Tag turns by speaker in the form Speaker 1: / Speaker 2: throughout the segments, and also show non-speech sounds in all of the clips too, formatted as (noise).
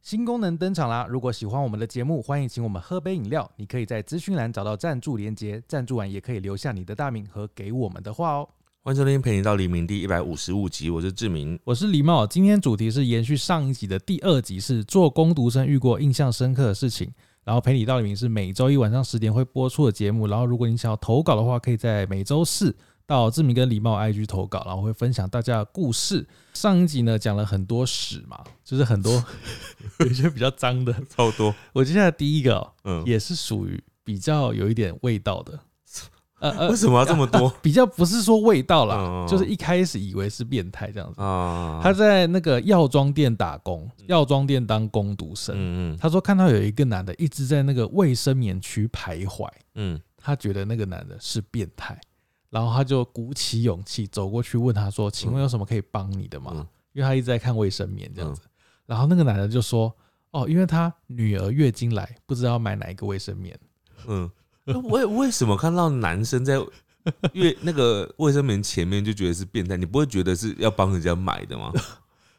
Speaker 1: 新功能登场啦！如果喜欢我们的节目，欢迎请我们喝杯饮料。你可以在资讯栏找到赞助连结，赞助完也可以留下你的大名和给我们的话哦。
Speaker 2: 欢迎收听《陪你到黎明》第一百五十五集，我是志明。
Speaker 1: 我是狸茂，今天主题是延续上一集的第二集，是做工读生遇过印象深刻的事情。然后陪你到黎明是每周一晚上十点会播出的节目。然后如果你想要投稿的话，可以在每周四到志明跟狸茂 IG 投稿，然后会分享大家的故事。上一集呢讲了很多屎嘛，就是很多 (laughs) 有一些比较脏的。
Speaker 2: 超多，
Speaker 1: 我接下来第一个哦、
Speaker 2: 嗯，
Speaker 1: 也是属于比较有一点味道的，呃
Speaker 2: (laughs) 为
Speaker 1: 呃，
Speaker 2: 什么要这么多
Speaker 1: 比较不是说味道
Speaker 2: 嗯
Speaker 1: 啦
Speaker 2: 嗯，
Speaker 1: 就是一开始以为是变态这样子。
Speaker 2: 啊？
Speaker 1: 呃他在那个药妆店打工，药妆店当工读生。
Speaker 2: 嗯嗯
Speaker 1: 他说看到有一个男的一直在那个卫生棉区徘徊，
Speaker 2: 嗯，
Speaker 1: 他觉得那个男的是变态，然后他就鼓起勇气走过去问他说：“请问有什么可以帮你的吗？”
Speaker 2: 嗯
Speaker 1: 因为他一直在看卫生棉这样子。然后那个男的就说：“哦，因为他女儿月经来，不知道买哪一个卫生棉。” (laughs)
Speaker 2: 嗯，那为为什么看到男生在月 (laughs) 那个卫生棉前面就觉得是变态？你不会觉得是要帮人家买的
Speaker 1: (laughs)
Speaker 2: 吗？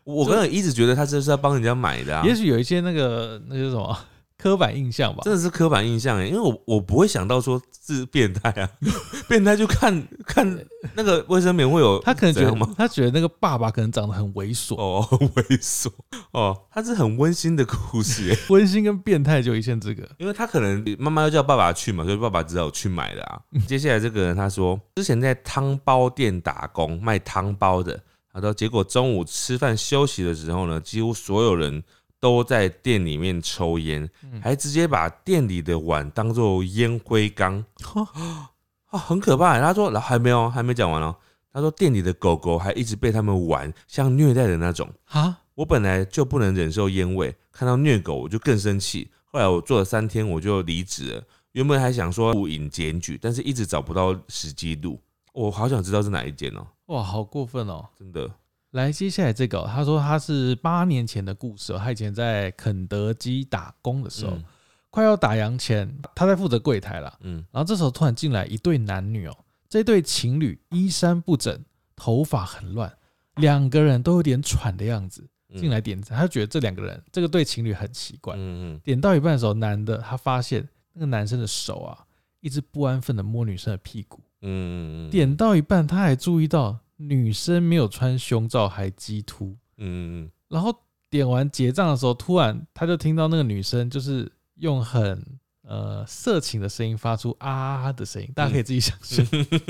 Speaker 2: 我刚才一直觉得他这是要帮人家买的啊，
Speaker 1: 也许有一些那个那个什么刻板印象吧。
Speaker 2: 真的是刻板印象哎，因为我我不会想到说是变态啊， (laughs) 变态就看看那个卫生棉会有
Speaker 1: 他可能觉
Speaker 2: 怎样吗
Speaker 1: 得他觉得那个爸爸可能长得很猥琐，
Speaker 2: 哦猥琐哦，它是很温馨的故事哎。
Speaker 1: 温馨跟变态就有一线之隔。
Speaker 2: 因为他可能妈妈要叫爸爸去嘛，所以爸爸只好去买了啊。接下来这个人他说，之前在汤包店打工，卖汤包的。他说，结果中午吃饭休息的时候呢，几乎所有人都在店里面抽烟，还直接把店里的碗当做烟灰缸， (gasps) 啊，很可怕欸。他说，然后还没有哦，还没讲完哦。他说，店里的狗狗还一直被他们玩，像虐待的那种。
Speaker 1: 啊，
Speaker 2: 我本来就不能忍受烟味，看到虐狗我就更生气。后来我做了三天，我就离职了。原本还想说录影检举，但是一直找不到时机录。我好想知道是哪一间哦、
Speaker 1: 哇，好过分哦！
Speaker 2: 真的。
Speaker 1: 来，接下来这个哦、他说他是八年前的故事、哦，他以前在肯德基打工的时候，
Speaker 2: 嗯
Speaker 1: 快要打烊前，他在负责柜台啦。
Speaker 2: 嗯
Speaker 1: 然后这时候突然进来一对男女哦，这对情侣衣衫不整，头发很乱，两个人都有点喘的样子。
Speaker 2: 嗯
Speaker 1: 进来点餐，他就觉得这两个人这个对情侣很奇怪。
Speaker 2: 嗯
Speaker 1: 点到一半的时候，男的他发现那个男生的手啊，一直不安分的摸女生的屁股。
Speaker 2: 嗯嗯嗯，
Speaker 1: 点到一半，他还注意到女生没有穿胸罩，还鸡突。
Speaker 2: 嗯嗯
Speaker 1: 然后点完结账的时候，突然他就听到那个女生就是用很呃色情的声音发出啊啊啊的声音，大家可以自己想象， (laughs)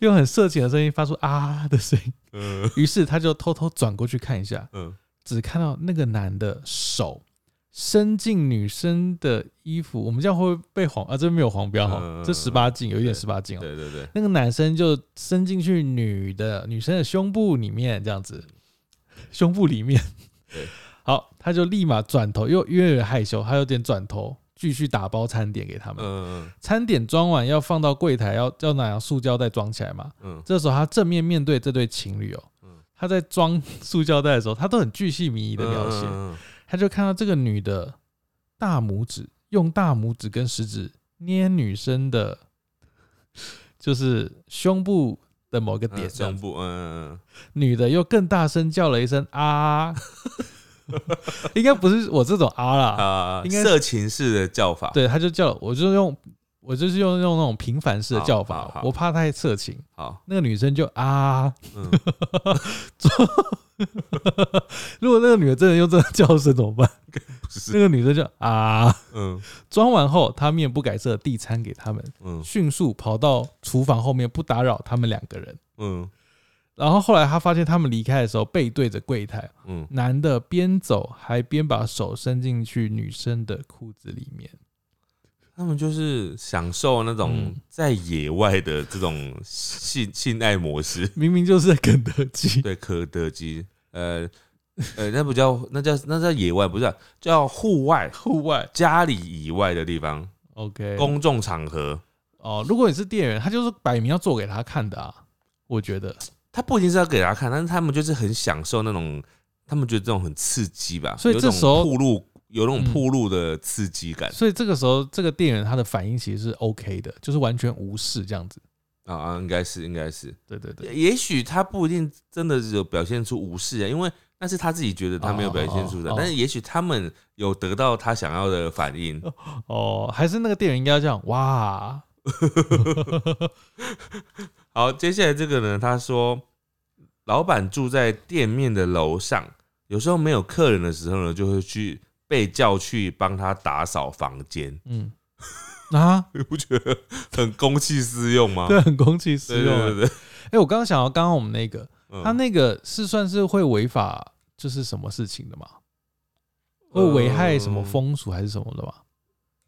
Speaker 1: 用很色情的声音发出啊啊啊的声音。
Speaker 2: 嗯
Speaker 1: 于是他就偷偷转过去看一下，
Speaker 2: 嗯
Speaker 1: 只看到那个男的手伸进女生的衣服，我们这样会不会被黄啊？这边没有黄标哈，
Speaker 2: 嗯嗯嗯
Speaker 1: 这十八禁，有一点
Speaker 2: 对
Speaker 1: 十八禁
Speaker 2: 嗯，
Speaker 1: 哦。
Speaker 2: 对对对，
Speaker 1: 那个男生就伸进去女的女生的胸部里面，这样子， (laughs) 胸部里面
Speaker 2: 对。
Speaker 1: (laughs) 好，他就立马转头，又因为有点害羞，他有点转头继续打包餐点给他们。
Speaker 2: 嗯
Speaker 1: 餐点装完要放到柜台，要要拿塑胶袋装起来嘛。
Speaker 2: 嗯
Speaker 1: 这时候他正面面对这对情侣哦
Speaker 2: 嗯，
Speaker 1: 他在装塑胶袋的时候，他都很巨细靡遗
Speaker 2: 你
Speaker 1: 的描
Speaker 2: 嗯
Speaker 1: 写，他就看到这个女的大拇指用大拇指跟食指捏女生的， (laughs) 就是胸部的某个点
Speaker 2: 点
Speaker 1: 这样
Speaker 2: 胸
Speaker 1: 子，
Speaker 2: 部，嗯
Speaker 1: 女的又更大声叫了一声
Speaker 2: (laughs)
Speaker 1: 啊，应该不是我这种啊啦，
Speaker 2: 啊，色情式的叫法，，
Speaker 1: 对，他就叫我就用我就是用用那种平凡式的叫
Speaker 2: 好好
Speaker 1: 法
Speaker 2: 好，
Speaker 1: 我怕太色情。
Speaker 2: 好，
Speaker 1: 那个女生就啊， (laughs)
Speaker 2: 嗯，
Speaker 1: 如果那个女的真的用这个叫声怎么办？那个女生就啊，
Speaker 2: 嗯
Speaker 1: 装完后，她面不改色递餐给他们，
Speaker 2: 嗯
Speaker 1: 迅速跑到厨房后面不打扰他们两个人。
Speaker 2: 嗯
Speaker 1: 然后后来她发现他们离开的时候背对着柜台，
Speaker 2: 嗯，
Speaker 1: 男的边走还边把手伸进去女生的裤子里面。
Speaker 2: 他们就是享受那种
Speaker 1: 嗯。
Speaker 2: 在野外的这种性 (laughs) 性爱模式
Speaker 1: 明明就是在肯德基，
Speaker 2: 对，肯德基，呃呃，那不叫那叫那叫野外，不是啊、叫户外，
Speaker 1: 户外
Speaker 2: 家里以外的地方，
Speaker 1: OK
Speaker 2: 公众场合。
Speaker 1: 哦，如果你是店员，他就是摆明要做给他看的啊。我觉得，
Speaker 2: 他不一定是要给大家看，但是他们就是很享受那种，他们觉得这种很刺激吧，
Speaker 1: 所以
Speaker 2: 有
Speaker 1: 这
Speaker 2: 种
Speaker 1: 时候
Speaker 2: 铺路有那
Speaker 1: 嗯
Speaker 2: 种铺路的刺激感
Speaker 1: 所以这个时候这个店员他的反应其实是 OK 的，就是完全无视这样子。
Speaker 2: 啊啊，应该是应该是，
Speaker 1: 对对对，
Speaker 2: 也许他不一定真的有表现出无视啊，因为那是他自己觉得他没有表现出
Speaker 1: 哦
Speaker 2: 的
Speaker 1: 哦哦，
Speaker 2: 但是也许他们有得到他想要的反应，
Speaker 1: 哦，还是那个店员应该要这样哇，
Speaker 2: (laughs) 好，接下来这个呢，他说，老板住在店面的楼上，有时候没有客人的时候呢，就会去被叫去帮他打扫房间， (laughs)
Speaker 1: 嗯啊，
Speaker 2: 你不觉得很公器私用吗？
Speaker 1: 对，很公器私
Speaker 2: 对
Speaker 1: 用
Speaker 2: 啊对
Speaker 1: 欸。
Speaker 2: 对对，
Speaker 1: 哎、我刚刚想到刚刚我们那个，他
Speaker 2: 嗯
Speaker 1: 那个是算是会违法，就是什么事情的吗？
Speaker 2: 呃
Speaker 1: 会危害什么
Speaker 2: 嗯
Speaker 1: 风俗还是什么的吗？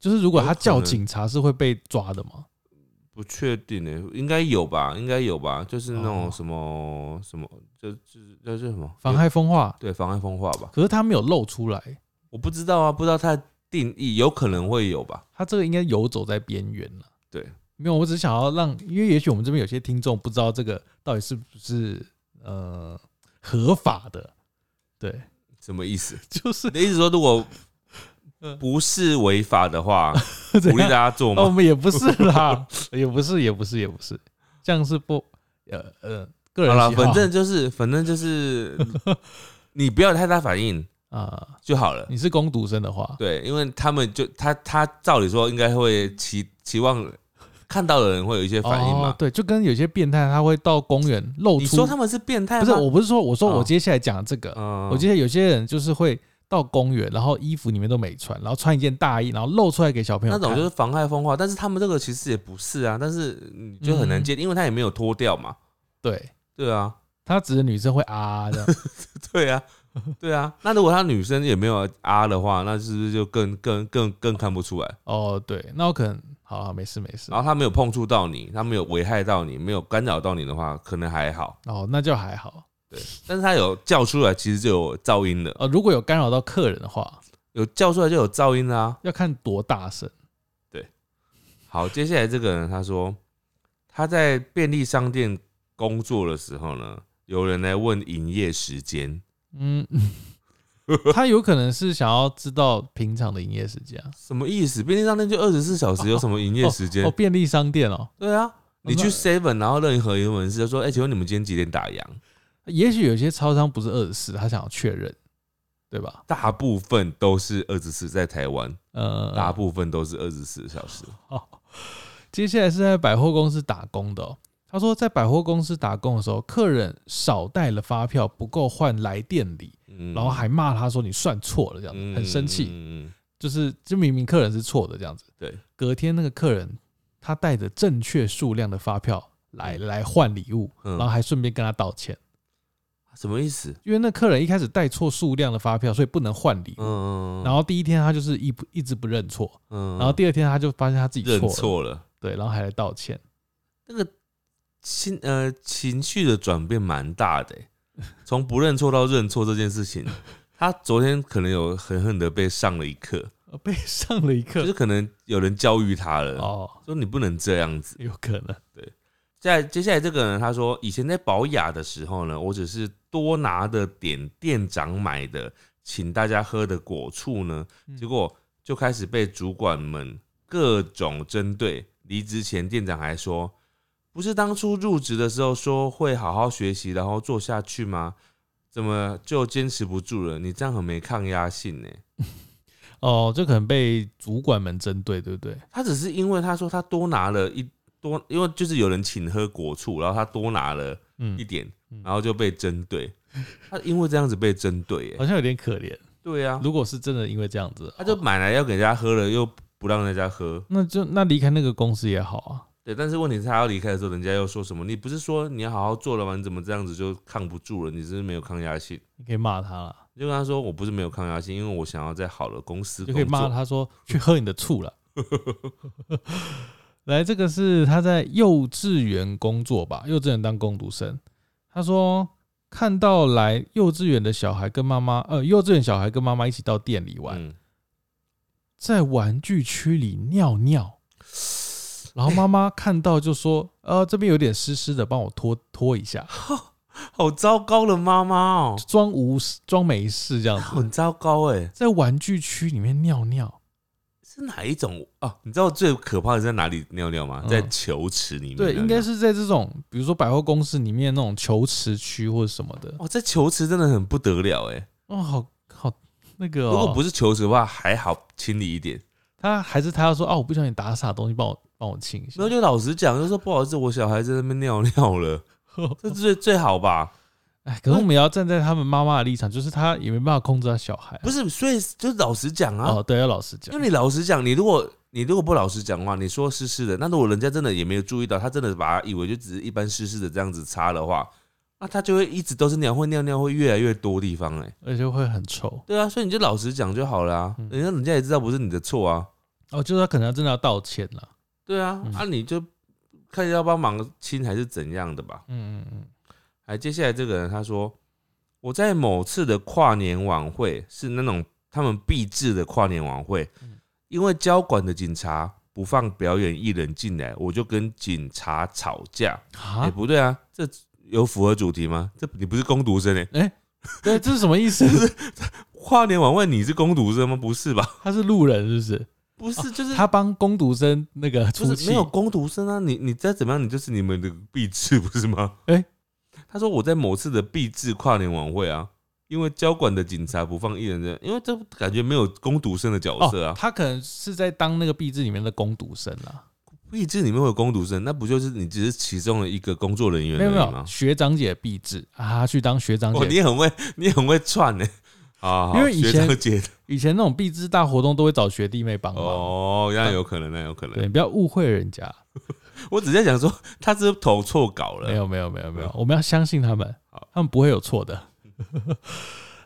Speaker 1: 就是如果他
Speaker 2: 有可
Speaker 1: 叫
Speaker 2: 能
Speaker 1: 警察是会被抓的吗？
Speaker 2: 不确定呢，应该有吧，应该有吧，就是那
Speaker 1: 哦
Speaker 2: 种什么什么，就就是叫叫什么
Speaker 1: 妨害风化，
Speaker 2: 对妨害风化吧，
Speaker 1: 可是他没有露出来，
Speaker 2: 我不知道啊，不知道它的定义，有可能会有吧，
Speaker 1: 他这个应该游走在边缘了。
Speaker 2: 对，
Speaker 1: 没有，我只是想要让，因为也许我们这边有些听众不知道这个到底是不是呃合法的，对， (laughs)
Speaker 2: 什么意思？
Speaker 1: 就是
Speaker 2: 你的意思说，如果
Speaker 1: 嗯
Speaker 2: 不是违法的话，
Speaker 1: (laughs) 怎
Speaker 2: 鼓励大
Speaker 1: 样
Speaker 2: 家做
Speaker 1: 哦，我
Speaker 2: 吗？
Speaker 1: 们也不是啦， (laughs) 也不是，也不是，也不是，这样是不呃呃个
Speaker 2: 好
Speaker 1: 人
Speaker 2: 了，
Speaker 1: 喜好
Speaker 2: 反正就是，反正
Speaker 1: (laughs)
Speaker 2: 就是，你不要太大反应
Speaker 1: 啊、
Speaker 2: 就好了。
Speaker 1: 你是攻读生的话，
Speaker 2: 对，因为他们就他他照理说应该会期期望看到的人会有一些反应
Speaker 1: 哦
Speaker 2: 嘛。
Speaker 1: 对，就跟有些变态他会到公园露出，
Speaker 2: 你说他们是变态
Speaker 1: 不
Speaker 2: 吗？
Speaker 1: 是，我不是说，我说我
Speaker 2: 哦
Speaker 1: 接下来讲这个，
Speaker 2: 嗯，
Speaker 1: 我记得有些人就是会到公园，然后衣服里面都没穿，然后穿一件大衣，然后露出来给小朋友
Speaker 2: 那
Speaker 1: 看。
Speaker 2: 种就是妨害风化，但是他们这个其实也不是啊，但是你就
Speaker 1: 嗯
Speaker 2: 很难界定，因为他也没有脱掉嘛。
Speaker 1: 对，
Speaker 2: 对啊，
Speaker 1: 他指的女生会啊这样，
Speaker 2: (laughs) 对啊，对啊。那如果她女生也没有啊的话，那是不是就更更更更看不出来？
Speaker 1: 哦，对，那我可能好好没事没事
Speaker 2: 然，后她没有碰触到你，她没有危害到你，没有干扰到你的话，可能还好。
Speaker 1: 哦，那就还好。
Speaker 2: 但是她有叫出来，其实就有噪音的，
Speaker 1: 呃，如果有干扰到客人的话，
Speaker 2: 有叫出来就有噪音啦、啊。
Speaker 1: 要看多大声。
Speaker 2: 好，接下来这个人他说，他在便利商店工作的时候呢，有人来问营业时间，
Speaker 1: 嗯， (laughs) 他有可能是想要知道平常的营业时间啊、
Speaker 2: 什么意思？便利商店就二十四小时，有什么营业时
Speaker 1: (laughs)
Speaker 2: 间
Speaker 1: 哦，？便利商店哦，
Speaker 2: 对啊，你去
Speaker 1: 那
Speaker 2: Seven，然后任何一个门市就说，哎、请问你们今天几点打烊？
Speaker 1: 也许有些超商不是二十四，他想要确认，对吧？
Speaker 2: 大部分都是二十四，在台湾
Speaker 1: 呃，
Speaker 2: 大部分都是二十四小时。
Speaker 1: 接下来是在百货公司打工的、哦。他说，在百货公司打工的时候，客人少带了发票，不够换来店里，
Speaker 2: 嗯
Speaker 1: 然后还骂他说你算错了，这样子很生气，
Speaker 2: 嗯嗯
Speaker 1: 就是就明明客人是错的这样子。
Speaker 2: 对，
Speaker 1: 隔天那个客人他带着正确数量的发票来来换礼物，
Speaker 2: 嗯
Speaker 1: 然后还顺便跟他道歉，
Speaker 2: 什么意思？
Speaker 1: 因为那客人一开始带错数量的发票，所以不能换礼物。
Speaker 2: 嗯，
Speaker 1: 然后第一天他就是一不一直不认错，
Speaker 2: 嗯
Speaker 1: 然后第二天他就发现他自己
Speaker 2: 认
Speaker 1: 错了，
Speaker 2: 错了，
Speaker 1: 对，然后还来道歉。
Speaker 2: 那个心呃情绪的转变蛮大的欸、从不认错到认错这件事情，他昨天可能有狠狠的被上了一课，
Speaker 1: 呃被上了一课，
Speaker 2: 就是可能有人教育他了，
Speaker 1: 哦，
Speaker 2: 说你不能这样子。
Speaker 1: 有可能
Speaker 2: 在接下来这个人他说，以前在保雅的时候呢，我只是多拿的点店长买的，请大家喝的果醋呢，
Speaker 1: 嗯
Speaker 2: 结果就开始被主管们各种针对。离职前，店长还说，不是当初入职的时候说会好好学习，然后做下去吗？怎么就坚持不住了？你这样很没抗压性呢、
Speaker 1: 哦，就可能被主管们针对，对不对？
Speaker 2: 他只是因为他说他多拿了一多，因为就是有人请喝果醋，然后他多拿了。
Speaker 1: 嗯
Speaker 2: 一，点
Speaker 1: 嗯，
Speaker 2: 然后就被针对。他因为这样子被针对、耶
Speaker 1: 好像有点可怜。
Speaker 2: 对啊，
Speaker 1: 如果是真的因为这样子，
Speaker 2: 他就
Speaker 1: 哦
Speaker 2: 买来要给人家喝了，又不让人家喝。
Speaker 1: 那就那离开那个公司也好啊。
Speaker 2: 对，但是问题是他要离开的时候，人家又说什么？你不是说你要好好做了吗？你怎么这样子就抗不住了？你是不是没有抗压性？
Speaker 1: 你可以骂他了，
Speaker 2: 你就跟他说，我不是没有抗压性，因为我想要在好的公司
Speaker 1: 就可以
Speaker 2: 工
Speaker 1: 骂
Speaker 2: 作。
Speaker 1: 他说去喝你的醋了。 (laughs) 来，这个是他在幼稚园工作吧，幼稚园当工读生。他说看到来幼稚园的小孩跟妈妈，呃，幼稚园小孩跟妈妈一起到店里玩，
Speaker 2: 嗯，
Speaker 1: 在玩具区里尿尿，然后妈妈看到就说：“呃，这边有点湿湿的，帮我拖拖一下，
Speaker 2: 好糟糕的妈妈哦，
Speaker 1: 装无事装没事这样子。
Speaker 2: 很糟糕哎、
Speaker 1: 在玩具区里面尿尿，
Speaker 2: 是哪一种啊？你知道最可怕的是在哪里尿尿吗？
Speaker 1: 嗯
Speaker 2: 在球池里面尿
Speaker 1: 对，
Speaker 2: 嗯尿。
Speaker 1: 应该是在这种比如说百货公司里面那种球池区或者什么的。
Speaker 2: 哦，在球池真的很不得了哎。
Speaker 1: 哦，好好那个、哦，
Speaker 2: 如果不是球池的话，还好清理一点。
Speaker 1: 他还是他要说哦，我不小心打傻东西，帮我帮我清一下
Speaker 2: 没有，。就老实讲，就说不好意思，我小孩在那边尿尿
Speaker 1: (laughs)
Speaker 2: 了，这最最好吧？
Speaker 1: 哎，可是我们也要站在他们妈妈的立场，就是他也没办法控制他小孩啊、
Speaker 2: 不是，所以就老实讲啊，
Speaker 1: 哦，对，要老实讲
Speaker 2: 因，为你老实讲，你如果你如果不老实讲话，你说湿湿的，那如果人家真的也没有注意到，他真的把它以为就只是一般湿湿的这样子擦的话，那他就会一直都是尿，会尿尿会越来越多地方哎、
Speaker 1: 而且会很臭。
Speaker 2: 对啊，所以你就老实讲就好了啊，人家人家也知道不是你的错啊，
Speaker 1: 哦，就是他可能真的要道歉了。
Speaker 2: 对啊，
Speaker 1: 嗯
Speaker 2: 啊你就看要帮忙亲还是怎样的吧。
Speaker 1: 嗯嗯嗯，
Speaker 2: 哎，接下来这个人他说，我在某次的跨年晚会是那种他们必制的跨年晚会，因为交管的警察不放表演艺人进来，我就跟警察吵架。哎、
Speaker 1: 啊，
Speaker 2: 不对啊，这有符合主题吗？这你不是攻读生哎、
Speaker 1: 对，这是什么意思？
Speaker 2: (laughs) 跨年晚会你是攻读生吗？不是吧？
Speaker 1: 他是路人是不是？
Speaker 2: 不是，哦就是
Speaker 1: 他帮攻读生那个
Speaker 2: 不
Speaker 1: 出
Speaker 2: 是
Speaker 1: 气，哦
Speaker 2: 没有攻读生啊，你你再怎么样，你就是你们的必制不是吗？
Speaker 1: 哎
Speaker 2: 他说我在某次的必制跨年晚会啊，因为交管的警察不放艺人的，因为这感觉没有攻读生的角色
Speaker 1: 哦，
Speaker 2: 啊。
Speaker 1: 他可能是在当那个壁纸里面的攻读生啦。
Speaker 2: 必制里面会有攻读生，那不就是你只是其中的一个工作人员
Speaker 1: 没有没
Speaker 2: 而已
Speaker 1: 有，
Speaker 2: 吗？
Speaker 1: 学长姐的壁纸啊，他去当学长
Speaker 2: 哦，
Speaker 1: 姐
Speaker 2: 你也很会，你也很会串呢、啊，
Speaker 1: (laughs)
Speaker 2: 好
Speaker 1: 因为以
Speaker 2: 学
Speaker 1: 前
Speaker 2: 长姐
Speaker 1: 以前那种壁纸大活动都会找学弟妹帮忙。
Speaker 2: 哦，那有可能，那有可
Speaker 1: 对，
Speaker 2: 能。
Speaker 1: 你不要误会人家。
Speaker 2: 我只是在想说，他是不是投错稿
Speaker 1: 没
Speaker 2: 了。
Speaker 1: 有没有没有没有
Speaker 2: 嗯，
Speaker 1: 我们要相信他们
Speaker 2: 好，
Speaker 1: 他们不会有错
Speaker 2: (laughs)
Speaker 1: 的。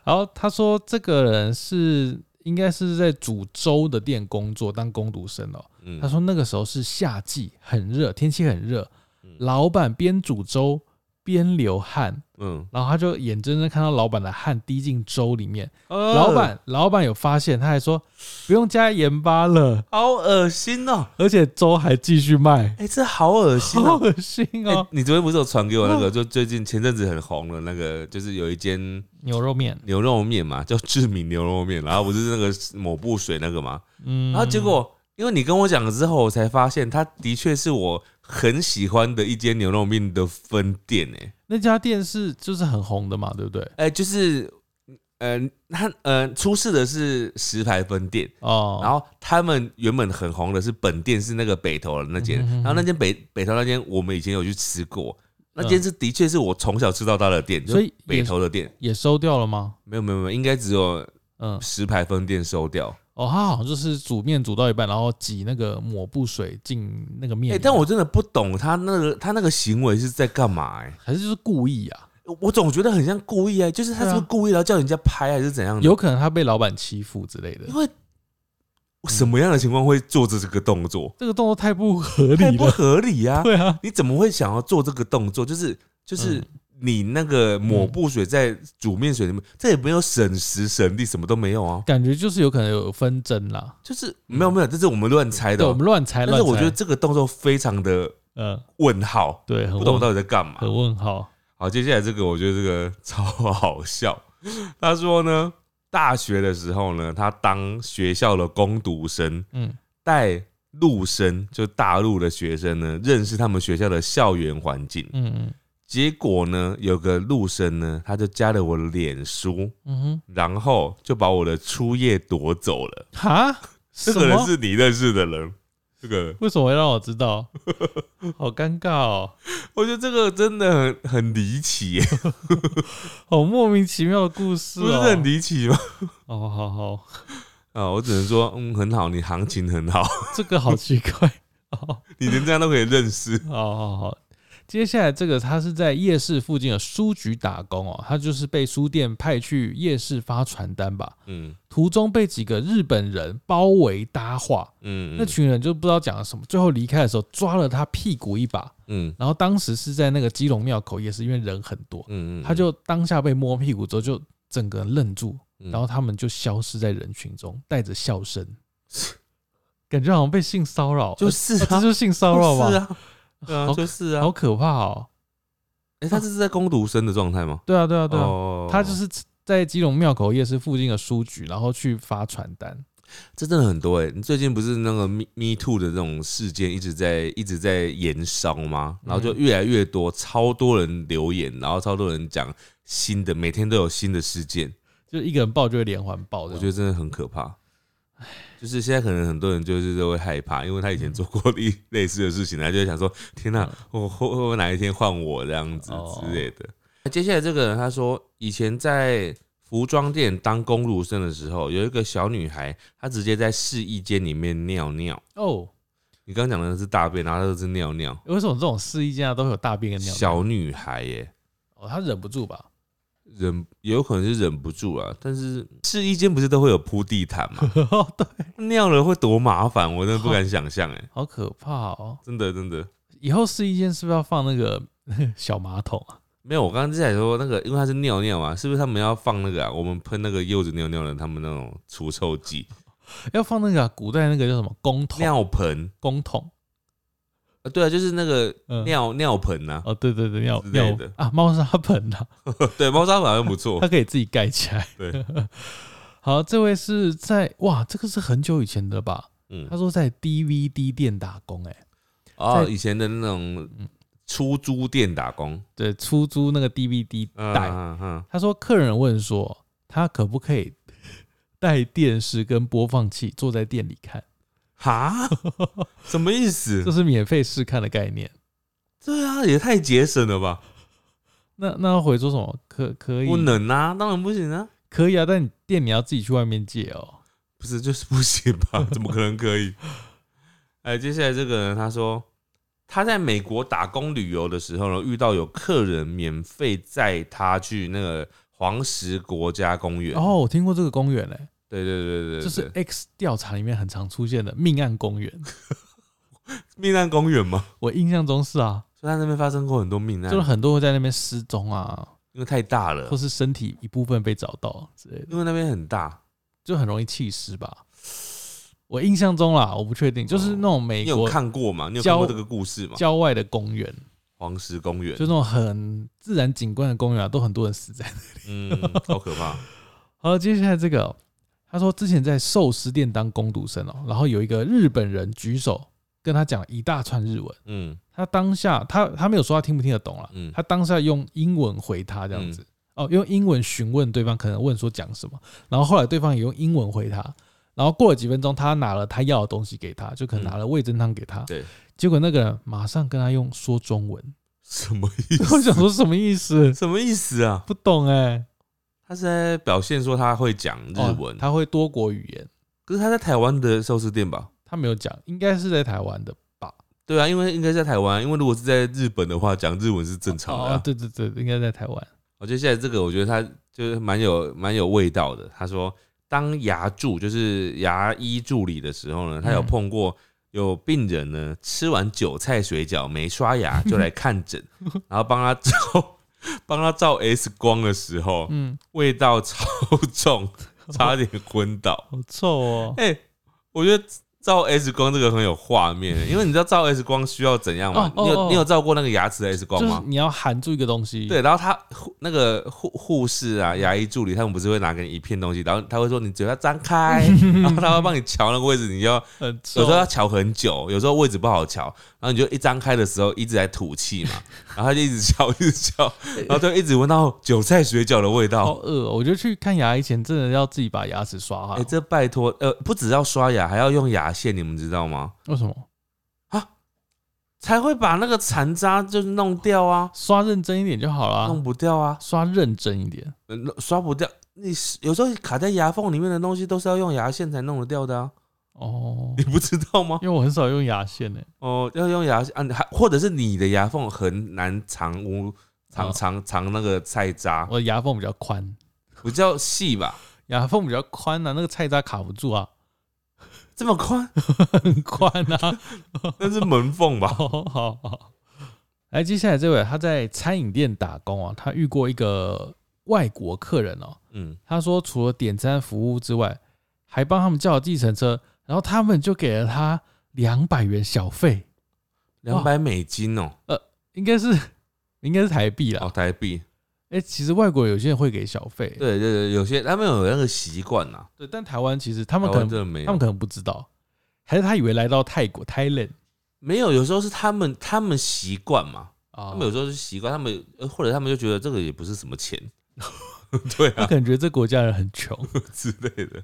Speaker 1: 然后他说，这个人是应该是在煮粥的店工作当工读生哦。
Speaker 2: 嗯
Speaker 1: 他说那个时候是夏季，很热，天气很热
Speaker 2: 嗯，
Speaker 1: 老板边煮粥边流汗，
Speaker 2: 嗯，
Speaker 1: 然后他就眼睁睁看到老板的汗滴进粥里面。
Speaker 2: 呃
Speaker 1: 老板，老板有发现，他还说不用加盐巴了，
Speaker 2: 好恶心哦、
Speaker 1: 而且粥还继续卖，
Speaker 2: 哎、这好恶心哦、
Speaker 1: 好恶心
Speaker 2: 欸
Speaker 1: (laughs) 哦！
Speaker 2: 你昨天不是有传给我那个，就最近前阵子很红的那个，就是有一间
Speaker 1: 牛肉面，
Speaker 2: 牛肉面嘛，叫志明牛肉面，然后不是那个抹布水那个嘛，
Speaker 1: 嗯，
Speaker 2: 然后结果因为你跟我讲了之后，我才发现它的确是我很喜欢的一间牛肉面的分店欸诶、
Speaker 1: 那家店是就是很红的嘛，对不对？
Speaker 2: 哎、就是呃，它呃出事的是石牌分店，
Speaker 1: 哦，
Speaker 2: 然后他们原本很红的是本店是那个北投的那间
Speaker 1: 嗯哼，哼
Speaker 2: 然后那间北北投那间我们以前有去吃过，那间是的确是我从小吃到大的店，
Speaker 1: 所以
Speaker 2: 就北
Speaker 1: 也
Speaker 2: 投的店
Speaker 1: 也收掉了吗？
Speaker 2: 没有没有没有，应该只有
Speaker 1: 嗯，
Speaker 2: 石牌分店收掉。
Speaker 1: 哦，他好像就是煮面煮到一半，然后挤那个抹布水进那个面
Speaker 2: 哎、
Speaker 1: 里面，
Speaker 2: 但我真的不懂他那个他那个行为是在干嘛、哎，
Speaker 1: 还是就是故意啊，
Speaker 2: 我总觉得很像故意哎、就是他是不
Speaker 1: 对
Speaker 2: 是
Speaker 1: 啊
Speaker 2: 故意然后叫人家拍还是怎样的？
Speaker 1: 有可能他被老板欺负之类的
Speaker 2: 因。为什么样的情况会做这这个动作？
Speaker 1: 这个动作太不合
Speaker 2: 太
Speaker 1: 理
Speaker 2: 不
Speaker 1: 了，
Speaker 2: 合理呀、
Speaker 1: 对啊，
Speaker 2: 你怎么会想要做这个动作？就是就是
Speaker 1: 嗯
Speaker 2: 你那个抹布水在煮面水里面，这也没有省时省力，什么都没有啊。
Speaker 1: 感觉就是有可能有纷争啦。
Speaker 2: 就是没有没有，这是我们乱猜的
Speaker 1: 对，我
Speaker 2: 哦、
Speaker 1: 们乱猜
Speaker 2: 但
Speaker 1: 乱
Speaker 2: 是
Speaker 1: 猜。
Speaker 2: 我觉得，这个动作非常的
Speaker 1: 嗯，
Speaker 2: 问号，
Speaker 1: 对，很
Speaker 2: 不懂
Speaker 1: 问
Speaker 2: 到底在干嘛。
Speaker 1: 很问号。
Speaker 2: 好，接下来这个我觉得这个超好笑。 (laughs) 他说呢，大学的时候呢，他当学校的攻读生，
Speaker 1: 嗯，
Speaker 2: 带陆生，就大陆的学生呢，认识他们学校的校园环境。
Speaker 1: 嗯嗯
Speaker 2: 结果呢，有个陆生呢，他就加了我的脸书，
Speaker 1: 嗯哼，
Speaker 2: 然后就把我的初夜夺走了。
Speaker 1: 哈，
Speaker 2: (laughs) 这
Speaker 1: 什
Speaker 2: 个人
Speaker 1: 么？
Speaker 2: 是你认识的人，这个
Speaker 1: 为什么会让我知
Speaker 2: (laughs)
Speaker 1: 道？好尴尬哦，
Speaker 2: 我觉得这个真的很很离奇耶，
Speaker 1: 好莫名其妙的故事
Speaker 2: 不是
Speaker 1: 哦。
Speaker 2: 很离奇吗？
Speaker 1: 哦，好好。
Speaker 2: 啊，我只能说，嗯，很好，你行情很好， (laughs)
Speaker 1: 这个好奇怪哦，
Speaker 2: 你连这样都可以认识。
Speaker 1: 好好好。接下来这个他是在夜市附近的书局打工哦，他就是被书店派去夜市发传单吧，
Speaker 2: 嗯
Speaker 1: 途中被几个日本人包围搭话，
Speaker 2: 嗯，
Speaker 1: 那群人就不知道讲了什么，最后离开的时候抓了他屁股一把，
Speaker 2: 嗯
Speaker 1: 然后当时是在那个基隆庙口夜市，因为人很多，
Speaker 2: 嗯嗯，
Speaker 1: 他就当下被摸屁股之后就整个人愣住，
Speaker 2: 嗯，
Speaker 1: 然后他们就消失在人群中，带着笑声，感觉好像被性骚扰，
Speaker 2: 就是
Speaker 1: 哦这
Speaker 2: 啊，
Speaker 1: 就是性骚扰吧？
Speaker 2: 是啊，对啊，
Speaker 1: 好
Speaker 2: 就是啊
Speaker 1: 好。可怕哦！
Speaker 2: 哎，他这是在攻读生的状态吗？
Speaker 1: 对啊，对啊，对啊，
Speaker 2: 哦
Speaker 1: 他就是在基隆庙口夜市附近的书局，然后去发传单。
Speaker 2: 这真的很多哎、你最近不是那个 Me Me Too 的这种事件一直在一直在延烧吗？然后就越来越多，超多人留言，然后超多人讲新的，每天都有新的事件，
Speaker 1: 就是一个人爆就会连环爆这
Speaker 2: 我
Speaker 1: 样。
Speaker 2: 觉得真的很可怕。就是现在可能很多人就是都会害怕，因为他以前做过类类似的事情，他就会想说：天哪、我会会不会哪一天换我这样子
Speaker 1: 哦
Speaker 2: 之类的。那接下来这个人他说，以前在服装店当工读生的时候，有一个小女孩，她直接在试衣间里面尿尿。
Speaker 1: 哦，
Speaker 2: 你刚刚讲的是大便，然后她就是尿尿，
Speaker 1: 为什么这种试衣间啊都会有大便跟尿？
Speaker 2: 小女孩耶，
Speaker 1: 哦，他忍不住 (laughs) 吧？
Speaker 2: 忍也有可能是忍不住啊。但是试衣间不是都会有铺地毯
Speaker 1: (laughs)
Speaker 2: 吗？
Speaker 1: 对，
Speaker 2: 尿了会多麻烦，我真的不敢想象哎，
Speaker 1: 好可怕哦！
Speaker 2: 真的真的。
Speaker 1: 以后试衣间是不是要放那个 (laughs) 小马桶啊？
Speaker 2: 没有，我刚刚在说那个，因为它是尿尿嘛，是不是他们要放那个啊？我们喷那个柚子尿尿的，他们那种除臭 (laughs) 剂，
Speaker 1: 要放那个啊、古代那个叫什么公桶？
Speaker 2: 尿盆
Speaker 1: 公桶？
Speaker 2: 啊，对啊，就是那个
Speaker 1: 嗯，
Speaker 2: 尿尿盆啊 (laughs) 呐、
Speaker 1: 哦，对对对，尿
Speaker 2: 之类
Speaker 1: 尿
Speaker 2: 的
Speaker 1: 啊，猫砂盆啊，
Speaker 2: 哦对，猫砂盆好像不错
Speaker 1: 它，可以自己盖起来。
Speaker 2: (laughs) 对，
Speaker 1: 好，这位是在哇，这个是很久以前的吧？
Speaker 2: 嗯
Speaker 1: 他，说在 DVD 店打工、欸，哎，
Speaker 2: 哦，
Speaker 1: 在
Speaker 2: 以前的那种出租店打工，
Speaker 1: 对，出租那个 DVD
Speaker 2: 嗯
Speaker 1: 带。
Speaker 2: 嗯嗯，
Speaker 1: 他说客人问说，他可不可以带电视跟播放器坐在店里看？
Speaker 2: 哈，什么意
Speaker 1: 这
Speaker 2: (laughs) 思？
Speaker 1: 是免费试看的概念。
Speaker 2: 对啊，也太节省了吧？
Speaker 1: 那那他回说什么？可可以？
Speaker 2: 不能啊，当然不行啊，
Speaker 1: 可以啊，但你店你要自己去外面借哦。
Speaker 2: 不是就是不行
Speaker 1: (laughs)
Speaker 2: 吧？怎么可能可以？哎，接下来这个人他说，他在美国打工旅游的时候呢，遇到有客人免费载他去那个黄石国家公园。
Speaker 1: 哦，我听过这个公园嘞、
Speaker 2: 对对对对对，
Speaker 1: 这是
Speaker 2: 对
Speaker 1: X 调查里面很常出现的命案公园。
Speaker 2: 命案公园吗？
Speaker 1: 我印象中是啊，
Speaker 2: 所以他那边发生过很多命案
Speaker 1: 就是，很多会在那边失踪啊，
Speaker 2: 因为太大了
Speaker 1: 或，是身体一部分被找到啊之类的，
Speaker 2: 因为那边很大。
Speaker 1: 就很容易弃尸吧。我印象中啦，我不确定，就是那种
Speaker 2: 哦你
Speaker 1: 美
Speaker 2: 有
Speaker 1: 国
Speaker 2: 看过吗？你有看过
Speaker 1: 郊
Speaker 2: 这个故事吗？
Speaker 1: 郊外的公园，
Speaker 2: 黄石公园
Speaker 1: 就，那种很自然景观的公园啊，都很多人死在。
Speaker 2: 嗯，好可怕。
Speaker 1: 好，接下来这个哦、他说之前在寿司店当工读生哦，然后有一个日本人举手跟他讲了一大串日文，
Speaker 2: 嗯，
Speaker 1: 他当下他他没有说他听不听得懂了，
Speaker 2: 嗯
Speaker 1: 他当下用英文回他这样子，哦，用英文询问对方，可能问说讲什么，然后后来对方也用英文回他，然后过了几分钟，他拿了他要的东西给他，就可能拿了味噌汤给他，(laughs)
Speaker 2: 嗯对，
Speaker 1: 结果那个人马上跟他用说中文， (laughs)
Speaker 2: 什么意思？
Speaker 1: 我想说什么意思？
Speaker 2: 什么意思啊？
Speaker 1: 不懂哎、
Speaker 2: 他是在表现说他会讲日
Speaker 1: 哦
Speaker 2: 文，
Speaker 1: 他会多国语言，
Speaker 2: 可是他在台湾的寿司店吧？
Speaker 1: 他没有讲，应该是在台湾的
Speaker 2: 对啊，因为应该在台湾，因为如果是在日本的话，讲日文是正常的、
Speaker 1: 哦
Speaker 2: 啊。
Speaker 1: 对对对，应该在台湾。
Speaker 2: 我觉得现在这个，我觉得他就是蛮有蛮有味道的。他说，当牙助就是牙医助理的时候呢，他有
Speaker 1: 嗯
Speaker 2: 碰过有病人呢，吃完韭菜水饺没刷牙就来看
Speaker 1: (laughs)
Speaker 2: 诊，然后帮他照 (laughs) 帮他照 X 光的时候，
Speaker 1: 嗯，
Speaker 2: 味道超
Speaker 1: (laughs)
Speaker 2: 重，差点昏倒。
Speaker 1: 好臭哦。
Speaker 2: (laughs) 哎、我觉得照 S 光这个很有画面，欸因为你知道照 S 光需要怎样吗？
Speaker 1: 哦哦
Speaker 2: 你有
Speaker 1: 哦
Speaker 2: 你有照过那个牙齿的 S 光
Speaker 1: 就是
Speaker 2: 吗？
Speaker 1: 你要含住一个东西，
Speaker 2: 对，，然后他护那个护护士啊、牙医助理，他们不是会拿给你一片东西，然后他会说你嘴巴张
Speaker 1: (laughs)
Speaker 2: 开，然后他会帮你瞧那个位置，你就要
Speaker 1: 很臭。
Speaker 2: 有时候要瞧很久，有时候位置不好瞧，然后你就一张开的时候一直在吐气嘛，然后他就一直瞧一直瞧，然后就一直闻到韭菜水饺的味
Speaker 1: 好
Speaker 2: 道。
Speaker 1: 饿、哦，我觉得去看牙医前真的要自己把牙齿刷好。
Speaker 2: 哎、这拜托，呃，不只要刷牙，还要用牙线，你们知道吗？
Speaker 1: 为什么？
Speaker 2: 才会把那个残渣就是弄掉啊，
Speaker 1: 刷认真一点就好了
Speaker 2: 弄，不掉啊，
Speaker 1: 刷认真一点。
Speaker 2: 呃弄刷不掉。你是有时候卡在牙缝里面的东西都是要用牙线才弄得掉的啊，
Speaker 1: 哦
Speaker 2: (laughs) 你，不知道吗？
Speaker 1: 因为我很少用牙线呢、
Speaker 2: 哦，要用牙线啊，你还或者是你的牙缝很难藏污藏
Speaker 1: 哦
Speaker 2: 藏藏那个菜渣，
Speaker 1: 我的牙缝比较宽，
Speaker 2: 比较细吧，
Speaker 1: 牙缝比较宽啊，那个菜渣卡不住啊， (laughs)
Speaker 2: 这么宽，
Speaker 1: 很宽啊。
Speaker 2: (laughs) 那是门缝吧？
Speaker 1: 好好好。来，接下来这位他在餐饮店打工啊，他遇过一个外国客人哦、
Speaker 2: (laughs) 嗯，
Speaker 1: 他说除了点餐服务之外，还帮他们叫了计程车，然后他们就给了他两百元小费，
Speaker 2: 两百美金哦，
Speaker 1: 应该是应该是台币啦。
Speaker 2: 哦，台币，
Speaker 1: 哎、其实外国有些人会给小费，
Speaker 2: 对对对，有些他们有那个习惯呐，
Speaker 1: 对，但台湾其实他
Speaker 2: 他
Speaker 1: 们可能
Speaker 2: 真的没
Speaker 1: 他们
Speaker 2: 有，
Speaker 1: 可能不知道，还是他以为来到泰国 Thailand
Speaker 2: 没有，有时候是他们他们习惯嘛，
Speaker 1: 啊
Speaker 2: 他们有时候是习惯，他们呃或者他们就觉得这个也不是什么钱， (laughs) 对啊 (laughs)
Speaker 1: 他可能觉得这国家人很穷
Speaker 2: 之类的。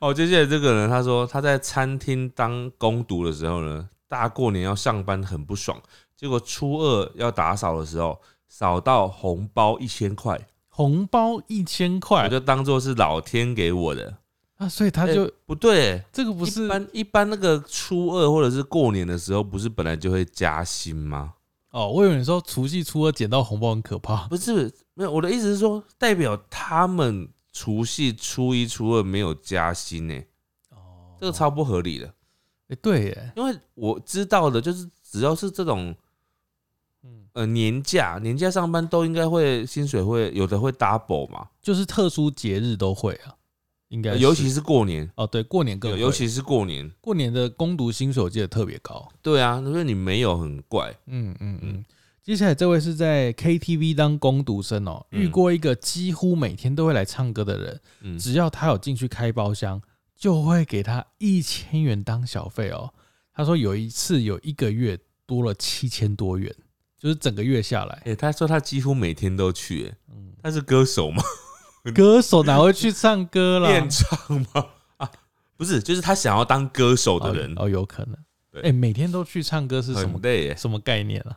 Speaker 2: 哦，接下来这个人他说他在餐厅当工读的时候呢，大过年要上班很不爽，结果初二要打扫的时候扫到红包一千块，
Speaker 1: 红包一千
Speaker 2: 我
Speaker 1: 块
Speaker 2: 就当做是老天给我的。
Speaker 1: 啊，所以他就、
Speaker 2: 哎不对、
Speaker 1: 这个不
Speaker 2: 一
Speaker 1: 是
Speaker 2: 般一般那个初二或者是过年的时候，不是本来就会加薪吗？
Speaker 1: 哦，我以为你说除夕初二捡到红包很可
Speaker 2: (laughs)
Speaker 1: 怕
Speaker 2: 不是，没有，我的意思是说，代表他们除夕、初一、初二没有加薪呢、欸
Speaker 1: 哦，
Speaker 2: 这个超不合理的。
Speaker 1: 哎、对耶，
Speaker 2: 因为我知道的就是，只要是这种
Speaker 1: 嗯，
Speaker 2: 呃年假，年假上班都应该会薪水会有的会 double 嘛，
Speaker 1: 就是特殊节日都会啊，应该
Speaker 2: 呃
Speaker 1: 是
Speaker 2: 尤其是过年，
Speaker 1: 哦对，过年更会
Speaker 2: 尤其是过年。
Speaker 1: 过年的攻读薪水我记得特别高，
Speaker 2: 对啊，因为你没有很怪，
Speaker 1: 嗯嗯嗯
Speaker 2: 嗯。
Speaker 1: 接下来这位是在 KTV 当攻读生哦，
Speaker 2: 嗯
Speaker 1: 遇过一个几乎每天都会来唱歌的人，
Speaker 2: 嗯，
Speaker 1: 只要他有进去开包厢，就会给他一千元当小费哦。他说有一次有一个月多了七千多元，就是整个月下来，
Speaker 2: 哎、他说他几乎每天都去、欸，
Speaker 1: 嗯，
Speaker 2: 他是歌手吗？
Speaker 1: 歌手哪会去唱歌啦？
Speaker 2: 练唱吗？ (laughs) 啊，不是，就是他想要当歌手的人，
Speaker 1: 哦，哦有可能。
Speaker 2: 对
Speaker 1: 哎、每天都去唱歌是什么
Speaker 2: 很累耶。
Speaker 1: 什么概念啊？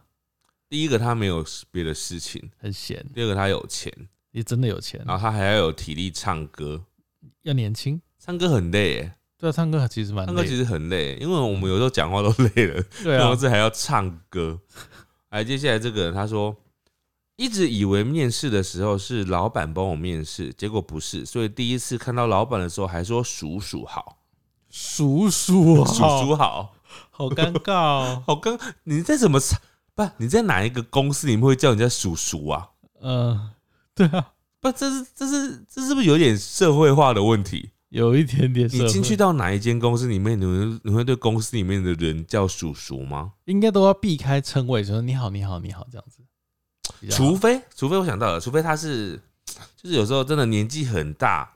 Speaker 2: 第一个他没有别的事情，
Speaker 1: 很闲，
Speaker 2: 第二个他有钱，
Speaker 1: 也真的有钱，
Speaker 2: 然后他还要有体力唱歌，
Speaker 1: 要年轻。
Speaker 2: 唱歌很累耶，
Speaker 1: 对啊，唱歌其实蛮
Speaker 2: 唱歌
Speaker 1: 累的。
Speaker 2: 其实很累，因为我们有时候讲话都累了，
Speaker 1: (laughs) 对
Speaker 2: 然后
Speaker 1: 啊，
Speaker 2: 这还要唱歌。哎，接下来这个人他说，一直以为面试的时候是老板帮我面试，结果不是，所以第一次看到老板的时候还说叔叔好，
Speaker 1: 叔叔
Speaker 2: 叔
Speaker 1: 好，
Speaker 2: 叔啊好，
Speaker 1: 好尴尬哦。
Speaker 2: 好刚，你在什么场不？你在哪一个公司里面会叫人家叔叔啊？
Speaker 1: 嗯，对啊，
Speaker 2: 不，这是这是这是不是有点社会化的问题？
Speaker 1: 有一点点社会。
Speaker 2: 你进去到哪一间公司里面，你会你会对公司里面的人叫叔叔吗？
Speaker 1: 应该都要避开称谓，就说你好，你好，你好这样子。比较好
Speaker 2: 除非除非我想到了，除非他是就是有时候真的年纪很大，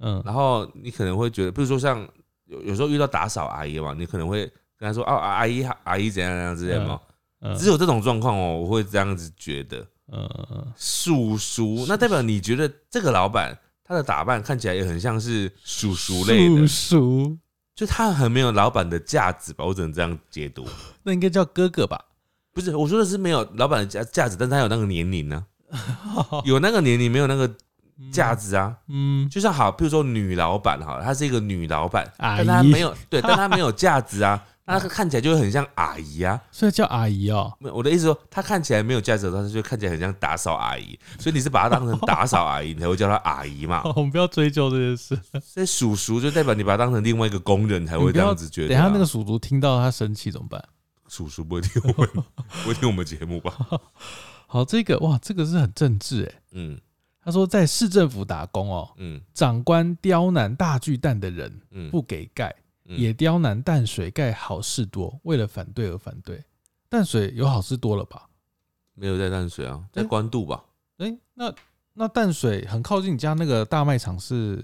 Speaker 1: 嗯，
Speaker 2: 然后你可能会觉得，比如说像有有时候遇到打扫阿姨嘛，你可能会跟她说哦、啊阿姨阿姨怎样怎样之类的嘛。
Speaker 1: 嗯
Speaker 2: 只有这种状况哦，我会这样子觉得。
Speaker 1: 嗯嗯嗯，
Speaker 2: 叔叔，那代表你觉得这个老板他的打扮看起来也很像是叔叔类的
Speaker 1: 嗯叔，叔，
Speaker 2: 就他很没有老板的价值吧？我只能这样解读。
Speaker 1: 那应该叫哥哥吧？
Speaker 2: 不是，我说的是没有老板的价价值，但是他有那个年龄
Speaker 1: (laughs)
Speaker 2: 呢、有那个年龄没有那个价值啊。
Speaker 1: 嗯，
Speaker 2: 就像好，比如说女老板哈，她是一个女老板，
Speaker 1: 阿姨
Speaker 2: 但她没有
Speaker 1: (laughs)
Speaker 2: 对，但她没有价值啊，那她看起来就会很像阿姨啊。
Speaker 1: 所以叫阿姨哦。 (laughs)
Speaker 2: 没有我的意思说，她看起来没有价值，但是就看起来很像打扫阿姨，所以你是把她当成打扫阿姨，你才会叫她阿姨
Speaker 1: (laughs)
Speaker 2: 嘛。
Speaker 1: 好，我们不要追究这件事。
Speaker 2: 所以叔叔就代表你把她当成另外一个工人，才会这样子觉
Speaker 1: 等
Speaker 2: 得
Speaker 1: 一
Speaker 2: 啊、
Speaker 1: 下那个鼠族听到他生气怎么办？
Speaker 2: 叔叔不会听
Speaker 1: (laughs)
Speaker 2: 我们，不会听我们节目吧？
Speaker 1: 好，这个哇，这个是很政治哎。
Speaker 2: 嗯
Speaker 1: 他说在市政府打工哦，
Speaker 2: 嗯
Speaker 1: 长官刁难大巨蛋的人
Speaker 2: 嗯，
Speaker 1: 不给盖，
Speaker 2: 嗯
Speaker 1: 也刁难淡水盖好事多，为了反对而反对。淡水有好事多了吧？
Speaker 2: 没有在淡水啊，在
Speaker 1: 嗯
Speaker 2: 关渡吧？
Speaker 1: 哎、那那淡水很靠近你家那个大卖场是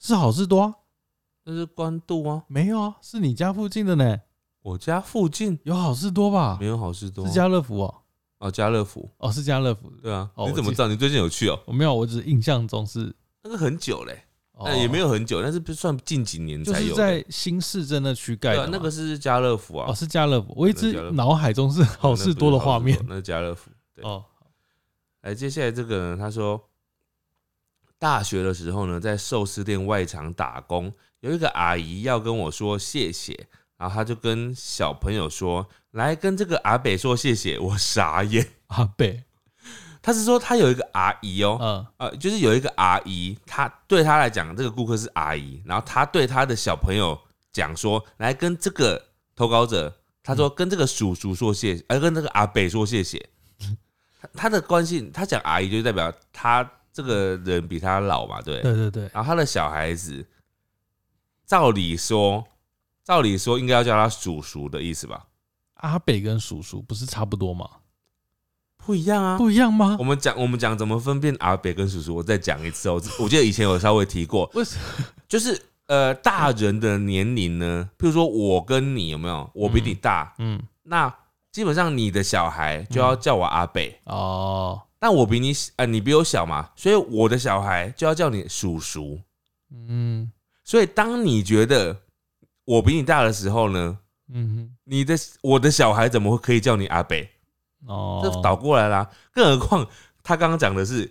Speaker 1: 是好事多、啊？
Speaker 2: 那是关渡啊，
Speaker 1: 没有啊，是你家附近的呢，
Speaker 2: 我家附近
Speaker 1: 有好事多吧
Speaker 2: 没？有好事多
Speaker 1: 是家乐福哦，
Speaker 2: 哦，家乐福。
Speaker 1: 哦是家乐福，
Speaker 2: 对啊，
Speaker 1: 哦
Speaker 2: 你
Speaker 1: 我
Speaker 2: 怎么
Speaker 1: 记
Speaker 2: 知道？你最近有去哦？
Speaker 1: 我没有，我只是印象中是，
Speaker 2: 那个很久嘞，哎
Speaker 1: 哦
Speaker 2: 那也没，有很久，但是不算近几年
Speaker 1: 就
Speaker 2: 才
Speaker 1: 是
Speaker 2: 有的。
Speaker 1: 在新市镇那区盖
Speaker 2: 对
Speaker 1: 的
Speaker 2: 啊
Speaker 1: 嘛、，
Speaker 2: 那个是家乐福啊
Speaker 1: 哦，是家乐福，我一
Speaker 2: 那是家乐
Speaker 1: 直
Speaker 2: 福
Speaker 1: 脑海中是好事多的画面
Speaker 2: 那不是好事多那是家乐福。对
Speaker 1: 哦，
Speaker 2: 来，接下来这个呢，他说，大学的时候呢，在寿司店外场打工，有一个阿姨要跟我说谢谢，然后他就跟小朋友说，来跟这个阿北说谢谢，我傻眼。
Speaker 1: 阿贝，
Speaker 2: 他是说他有一个阿姨哦，
Speaker 1: 嗯
Speaker 2: 呃，就是有一个阿姨，她对她来讲，这个顾客是阿姨，然后她对她的小朋友讲说，来跟这个投稿者，她说跟这个叔叔说谢谢，呃，跟这个阿北说谢 (laughs) 谢。她她的关系，她讲阿姨就代表她这个人比她老嘛，对。
Speaker 1: 对对对，
Speaker 2: 然后她的小孩子，照理说，照理说应该要叫他叔叔的意思吧？
Speaker 1: 阿贝跟叔叔不是差不多吗？
Speaker 2: 不一样啊。
Speaker 1: 不一样吗
Speaker 2: 我？们讲我们讲怎么分辨阿伯跟叔叔，我再讲一次哦。我记得以前有稍微提过，
Speaker 1: 为什
Speaker 2: 就是呃，大人的年龄呢，譬如说我跟你有没有，我比你大，
Speaker 1: 嗯，
Speaker 2: 那基本上你的小孩就要叫我阿伯，
Speaker 1: 哦，
Speaker 2: 那我比你呃，你比我小嘛，所以我的小孩就要叫你叔叔。
Speaker 1: 嗯
Speaker 2: 所以当你觉得我比你大的时候呢，
Speaker 1: 嗯
Speaker 2: 你的我的小孩怎么会可以叫你阿伯？
Speaker 1: 哼，哦，
Speaker 2: 这倒过来啦。更何况他刚刚讲的是，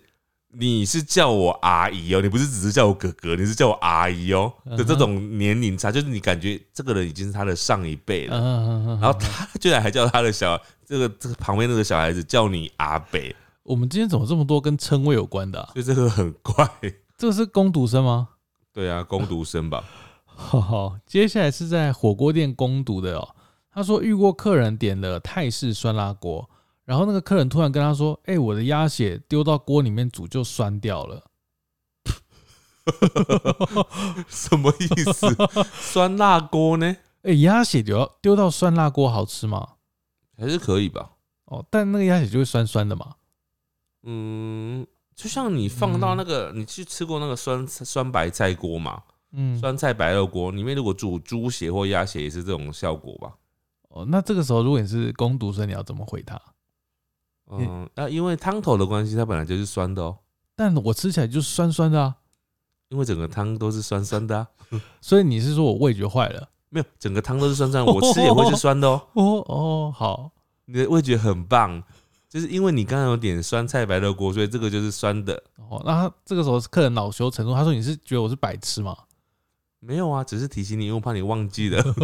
Speaker 2: 你是叫我阿姨哦，你不是只是叫我哥哥，你是叫我阿姨哦
Speaker 1: 嗯哼
Speaker 2: 的这种年龄差，就是你感觉这个人已经是他的上一辈
Speaker 1: 嗯
Speaker 2: 了，
Speaker 1: 哼，嗯哼
Speaker 2: 然
Speaker 1: 嗯
Speaker 2: 后
Speaker 1: 哼
Speaker 2: 他居然还叫他的小这个这个旁边那个小孩子叫你阿北，
Speaker 1: 我们今天怎么这么多跟称谓有关的啊？
Speaker 2: 所以这个很怪。
Speaker 1: 这是攻读生吗？ (laughs)
Speaker 2: 对啊，攻读生 (laughs) 吧，
Speaker 1: 好好，接下来是在火锅店攻读的哦。他说遇过客人点了泰式酸辣锅，然后那个客人突然跟他说：“哎、我的鸭血丢到锅里面煮就酸掉了。
Speaker 2: 什么意 (laughs) 思？酸辣锅呢？
Speaker 1: 哎、鸭血丢到丢到酸辣锅好吃吗？
Speaker 2: 还是可以吧？
Speaker 1: 哦，但那个鸭血就会酸酸的嘛。
Speaker 2: 嗯，就像你放到那个，你去吃过那个酸酸白菜锅嘛？
Speaker 1: 嗯，
Speaker 2: 酸菜白肉锅里面如果煮猪血或鸭血也是这种效果吧？
Speaker 1: 哦，那这个时候如果你是攻读生，你要怎么回他？
Speaker 2: 嗯，那、因为汤头的关系，它本来就是酸的哦，
Speaker 1: 但我吃起来就是酸酸的啊，
Speaker 2: 因为整个汤都是酸酸的、啊，
Speaker 1: 所以你是说我味觉坏了？
Speaker 2: 没有整个汤都是酸酸，我吃也会是酸
Speaker 1: (laughs)
Speaker 2: 的哦。
Speaker 1: 哦哦，好，
Speaker 2: 你的味觉很棒，就是因为你刚刚有点酸菜白肉锅，所以这个就是酸的。
Speaker 1: 哦，那他这个时候客人恼羞成怒，他说你是觉得我是白痴吗？
Speaker 2: 没有啊，只是提醒你，因为我怕你忘记了。 (laughs)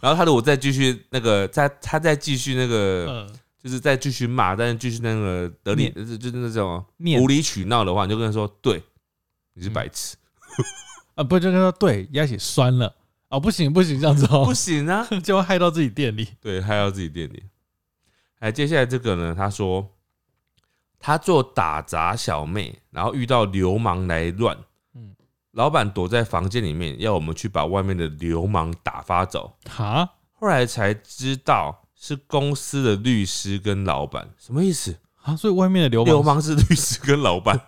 Speaker 2: 然后他如果再继续那个，他他再继续那个，
Speaker 1: 嗯，
Speaker 2: 就是再继续骂，但是继续那个得理，就是那种
Speaker 1: 念
Speaker 2: 无理取闹的话，你就跟他说：“对，你是白痴，
Speaker 1: 啊，不就跟他说对鸭血酸了啊、不行不行，这样子哦
Speaker 2: 不，行啊 (laughs)
Speaker 1: 就会害到自己店里。！”
Speaker 2: 对，他要自己垫底。哎，接下来这个呢？他说他做打杂小妹，然后遇到流氓来乱，
Speaker 1: 嗯
Speaker 2: 嗯，老板躲在房间里面，要我们去把外面的流氓打发走。
Speaker 1: 哈
Speaker 2: 后来才知道是公司的律师跟老板，什么意思？
Speaker 1: 啊，所以外面的流氓
Speaker 2: 流氓是律师跟老板，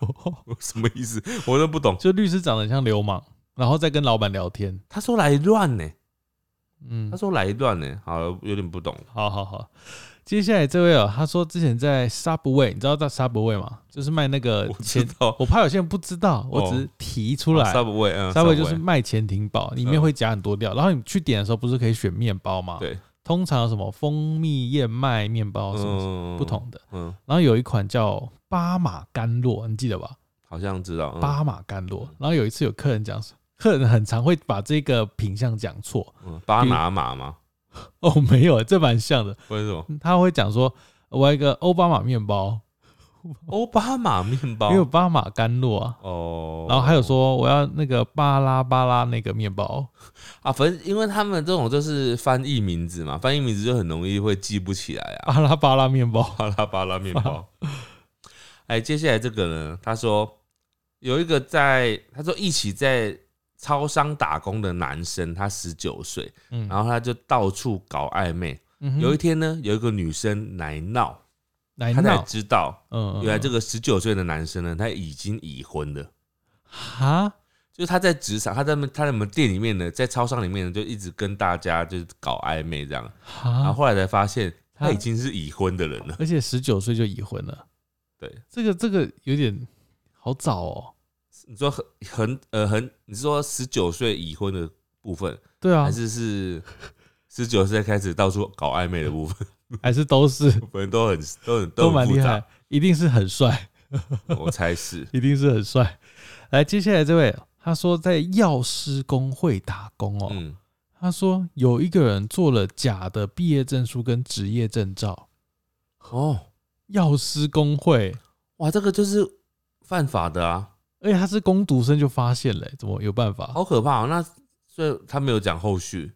Speaker 2: 什么意思？我都不懂。
Speaker 1: 就律师长得像流氓，然后再跟老板聊天。
Speaker 2: 他说来乱呢、
Speaker 1: 嗯
Speaker 2: 他，说来乱呢、好了，有点不懂。
Speaker 1: 好好好。接下来这位哦，他说之前在 Subway，你知道在 Subway 吗？就是卖那个
Speaker 2: 我知
Speaker 1: 前，
Speaker 2: 道哦
Speaker 1: 我怕有些人不知道，我只是提呃出来。
Speaker 2: ，Subway，嗯
Speaker 1: Subway 就是卖潜艇堡，里面会加很多料，然后你去点的时候不是可以选面包吗？，
Speaker 2: 对，
Speaker 1: 通常有什么蜂蜜燕麦面包哦什么什么
Speaker 2: 嗯
Speaker 1: 不，同的。
Speaker 2: 嗯，
Speaker 1: 然后有一款叫巴马甘露，你记得吧？
Speaker 2: 好像知道，嗯
Speaker 1: 巴马甘露。然后有一次有客人讲，客人很常会把这个品相讲错。
Speaker 2: 嗯巴拿马吗？
Speaker 1: 哦，没有，这蛮像的。
Speaker 2: 或者什么
Speaker 1: 他会讲说，我要一个奥巴马面包，
Speaker 2: 奥巴马面包
Speaker 1: 因为？有巴马甘露啊。
Speaker 2: 哦，
Speaker 1: 然后还有说我要那个巴拉巴拉那个面包，
Speaker 2: 啊，反正因为他们这种就是翻译名字嘛，翻译名字就很容易会记不起来啊。
Speaker 1: 巴拉巴拉面包。
Speaker 2: 巴拉巴拉面包。
Speaker 1: 啊
Speaker 2: 哎，接下来这个呢？他说有一个在，他说一起在超商打工的男生，他十九岁，
Speaker 1: 嗯，
Speaker 2: 然后他就到处搞暧昧。
Speaker 1: 嗯哼
Speaker 2: 啊有一天呢，有一个女生来闹，
Speaker 1: 奶
Speaker 2: 他才
Speaker 1: 酪，
Speaker 2: 知道
Speaker 1: 嗯，
Speaker 2: 原来这
Speaker 1: 个
Speaker 2: 个十九岁的男生呢，他已经已婚了。
Speaker 1: 哈，
Speaker 2: 就是他在职场，他在他在我们店里面呢，在超商里面呢，就一直跟大家就是搞暧昧这
Speaker 1: 啊
Speaker 2: 样，然后
Speaker 1: 哈，
Speaker 2: 后来才发现他
Speaker 1: 他
Speaker 2: 已经是已婚的人了。
Speaker 1: 而且十九岁就已婚了，
Speaker 2: 对，
Speaker 1: 这个这个有点好早哦。
Speaker 2: 你说很很呃很，你是说十九岁已婚的部分，
Speaker 1: 对啊
Speaker 2: 还，
Speaker 1: (laughs)
Speaker 2: 是是十九岁开始到处搞暧昧的部分？ (laughs)
Speaker 1: 还是都是
Speaker 2: 反正都很都很
Speaker 1: 都
Speaker 2: 很
Speaker 1: 蛮
Speaker 2: 复
Speaker 1: 厉
Speaker 2: 杂
Speaker 1: 害，一定是很帅，
Speaker 2: 我
Speaker 1: (laughs)
Speaker 2: 猜是
Speaker 1: 一定是很帅。来，接下来这位，他说在药师工会打工哦。
Speaker 2: 嗯，
Speaker 1: 他说有一个人做了假的毕业证书跟职业证照，
Speaker 2: 哦，
Speaker 1: 药师工会，
Speaker 2: 哇，这个就是犯法的啊，
Speaker 1: 而且他是工读生就发现了、怎么有办法？
Speaker 2: 好可怕、哦。那所以他没有讲后续，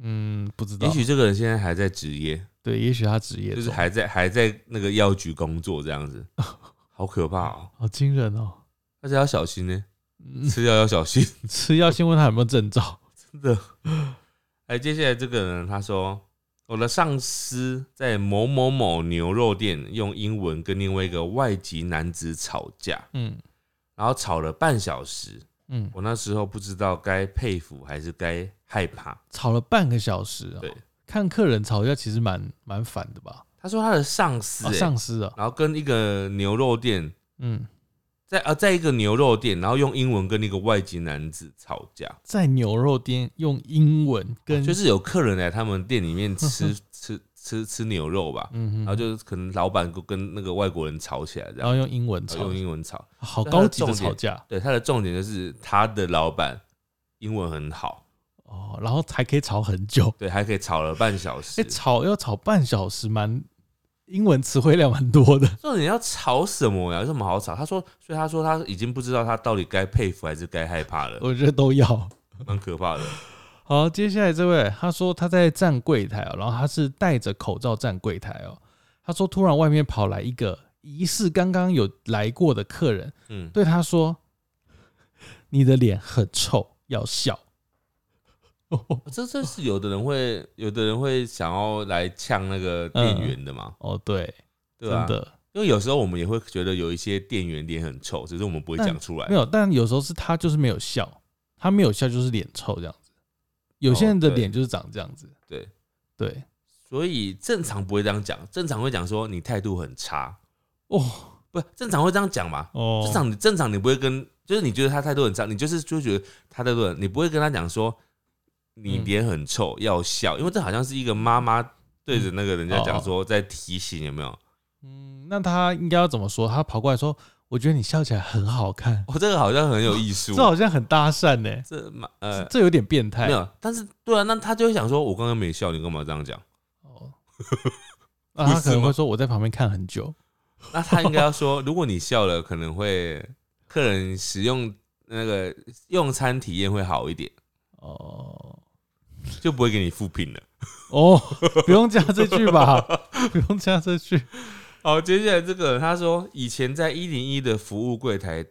Speaker 1: 嗯，不知道，
Speaker 2: 也许这个人现在还在职业，
Speaker 1: 对，也许他职业
Speaker 2: 就是
Speaker 1: 中
Speaker 2: 还在还在那个药局工作这样子，
Speaker 1: (laughs)
Speaker 2: 好可怕哦。
Speaker 1: 好惊人哦。
Speaker 2: 大家要小心呢，
Speaker 1: (laughs) 嗯，
Speaker 2: 吃药要小心。
Speaker 1: (laughs) 吃药先问他有没有证照。
Speaker 2: 真的。哎，接下来这个人他说我的上司在某某某牛肉店用英文跟另外一个外籍男子吵架，
Speaker 1: 嗯
Speaker 2: 然后吵了半小时。
Speaker 1: (laughs) 嗯，
Speaker 2: 我那时候不知道该佩服还是该害怕。
Speaker 1: 吵了半个小时、哦，
Speaker 2: 对，
Speaker 1: 看客人吵架其实蛮蛮烦的吧？
Speaker 2: 他说他的上司、
Speaker 1: 啊，
Speaker 2: 欸
Speaker 1: 上司啊，
Speaker 2: 然后跟一个牛肉店
Speaker 1: 嗯，
Speaker 2: 在呃，在一个牛肉店，然后用英文跟那个外籍男子吵架，
Speaker 1: 在牛肉店用英文跟
Speaker 2: 哦就，是有客人来他们店里面
Speaker 1: (laughs)
Speaker 2: 吃吃吃吃牛肉吧，
Speaker 1: 嗯
Speaker 2: 然后就是可能老板跟那个外国人吵起来，
Speaker 1: 然
Speaker 2: 然后
Speaker 1: 后用英文哦吵
Speaker 2: 哦用，英文吵。
Speaker 1: 好
Speaker 2: 但它
Speaker 1: 高
Speaker 2: 的
Speaker 1: 级的
Speaker 2: 重点
Speaker 1: 吵架
Speaker 2: 对，他的重点就是他的老板英文很好，
Speaker 1: 哦，然后还可以吵很久，
Speaker 2: 对，还可以吵了半小
Speaker 1: 哎、
Speaker 2: 时。
Speaker 1: 吵要吵半小时，蛮英文词汇量蛮多的，
Speaker 2: 重点要吵什么呀？有什么好吵？他说，所以他说他已经不知道他到底该佩服还是该害怕了，
Speaker 1: 我觉得都要。
Speaker 2: 蛮可怕的。
Speaker 1: 好，接下来这位，他说他在站柜台哦、然后他是戴着口罩站柜台哦、他说突然外面跑来一个疑似刚刚有来过的客人，
Speaker 2: 嗯，
Speaker 1: 对他说：“你的脸很臭，要笑。 (laughs) 哦
Speaker 2: 这这是有的人会，有的人会想要来呛那个店员的嘛，”
Speaker 1: 哦对，啊
Speaker 2: 对吧、
Speaker 1: 嗯真的
Speaker 2: 因为有时候我们也会觉得有一些店员脸很臭，只是我们不会讲出来
Speaker 1: 没。有，但有时候是他就是没有笑，他没有笑就是脸臭这样子。有些人的
Speaker 2: 哦对
Speaker 1: 脸就是长这样子，
Speaker 2: 对
Speaker 1: 对，
Speaker 2: 所以正常不会这样讲，正常会讲说你态度很差，
Speaker 1: 哦
Speaker 2: 不，正常会这样讲嘛？
Speaker 1: 哦，
Speaker 2: 正常你正常你不会跟，就是你觉得他态度很差，你就是就觉得他态度很，你不会跟他讲说你
Speaker 1: 嗯
Speaker 2: 脸很臭、要笑，因为这好像是一个妈妈对着那个人家
Speaker 1: 哦
Speaker 2: 讲
Speaker 1: 哦
Speaker 2: 说在提醒有没有？
Speaker 1: 嗯，那他应该要怎么说？他跑过来说：“我觉得你笑起来很好看。
Speaker 2: 哦，这个好像很有艺术
Speaker 1: (laughs) 这，好像很搭讪呢、
Speaker 2: 这蛮
Speaker 1: 这
Speaker 2: 呃
Speaker 1: 这有点变态。
Speaker 2: 没有，但是对啊，那他就会想说我刚刚没笑，你干嘛这样讲？
Speaker 1: 哦，那他
Speaker 2: 不是
Speaker 1: 可能
Speaker 2: 吗
Speaker 1: 会说我在旁边看很久。
Speaker 2: 那他应该要 (laughs) 说，如果你笑了，可能会客人使用那个用餐体验会好一点，
Speaker 1: 哦
Speaker 2: 就不会给你复评了。
Speaker 1: 哦，不用加这句吧？不用加这句。
Speaker 2: 好，接下来这个他说，以前在一零一的服务柜台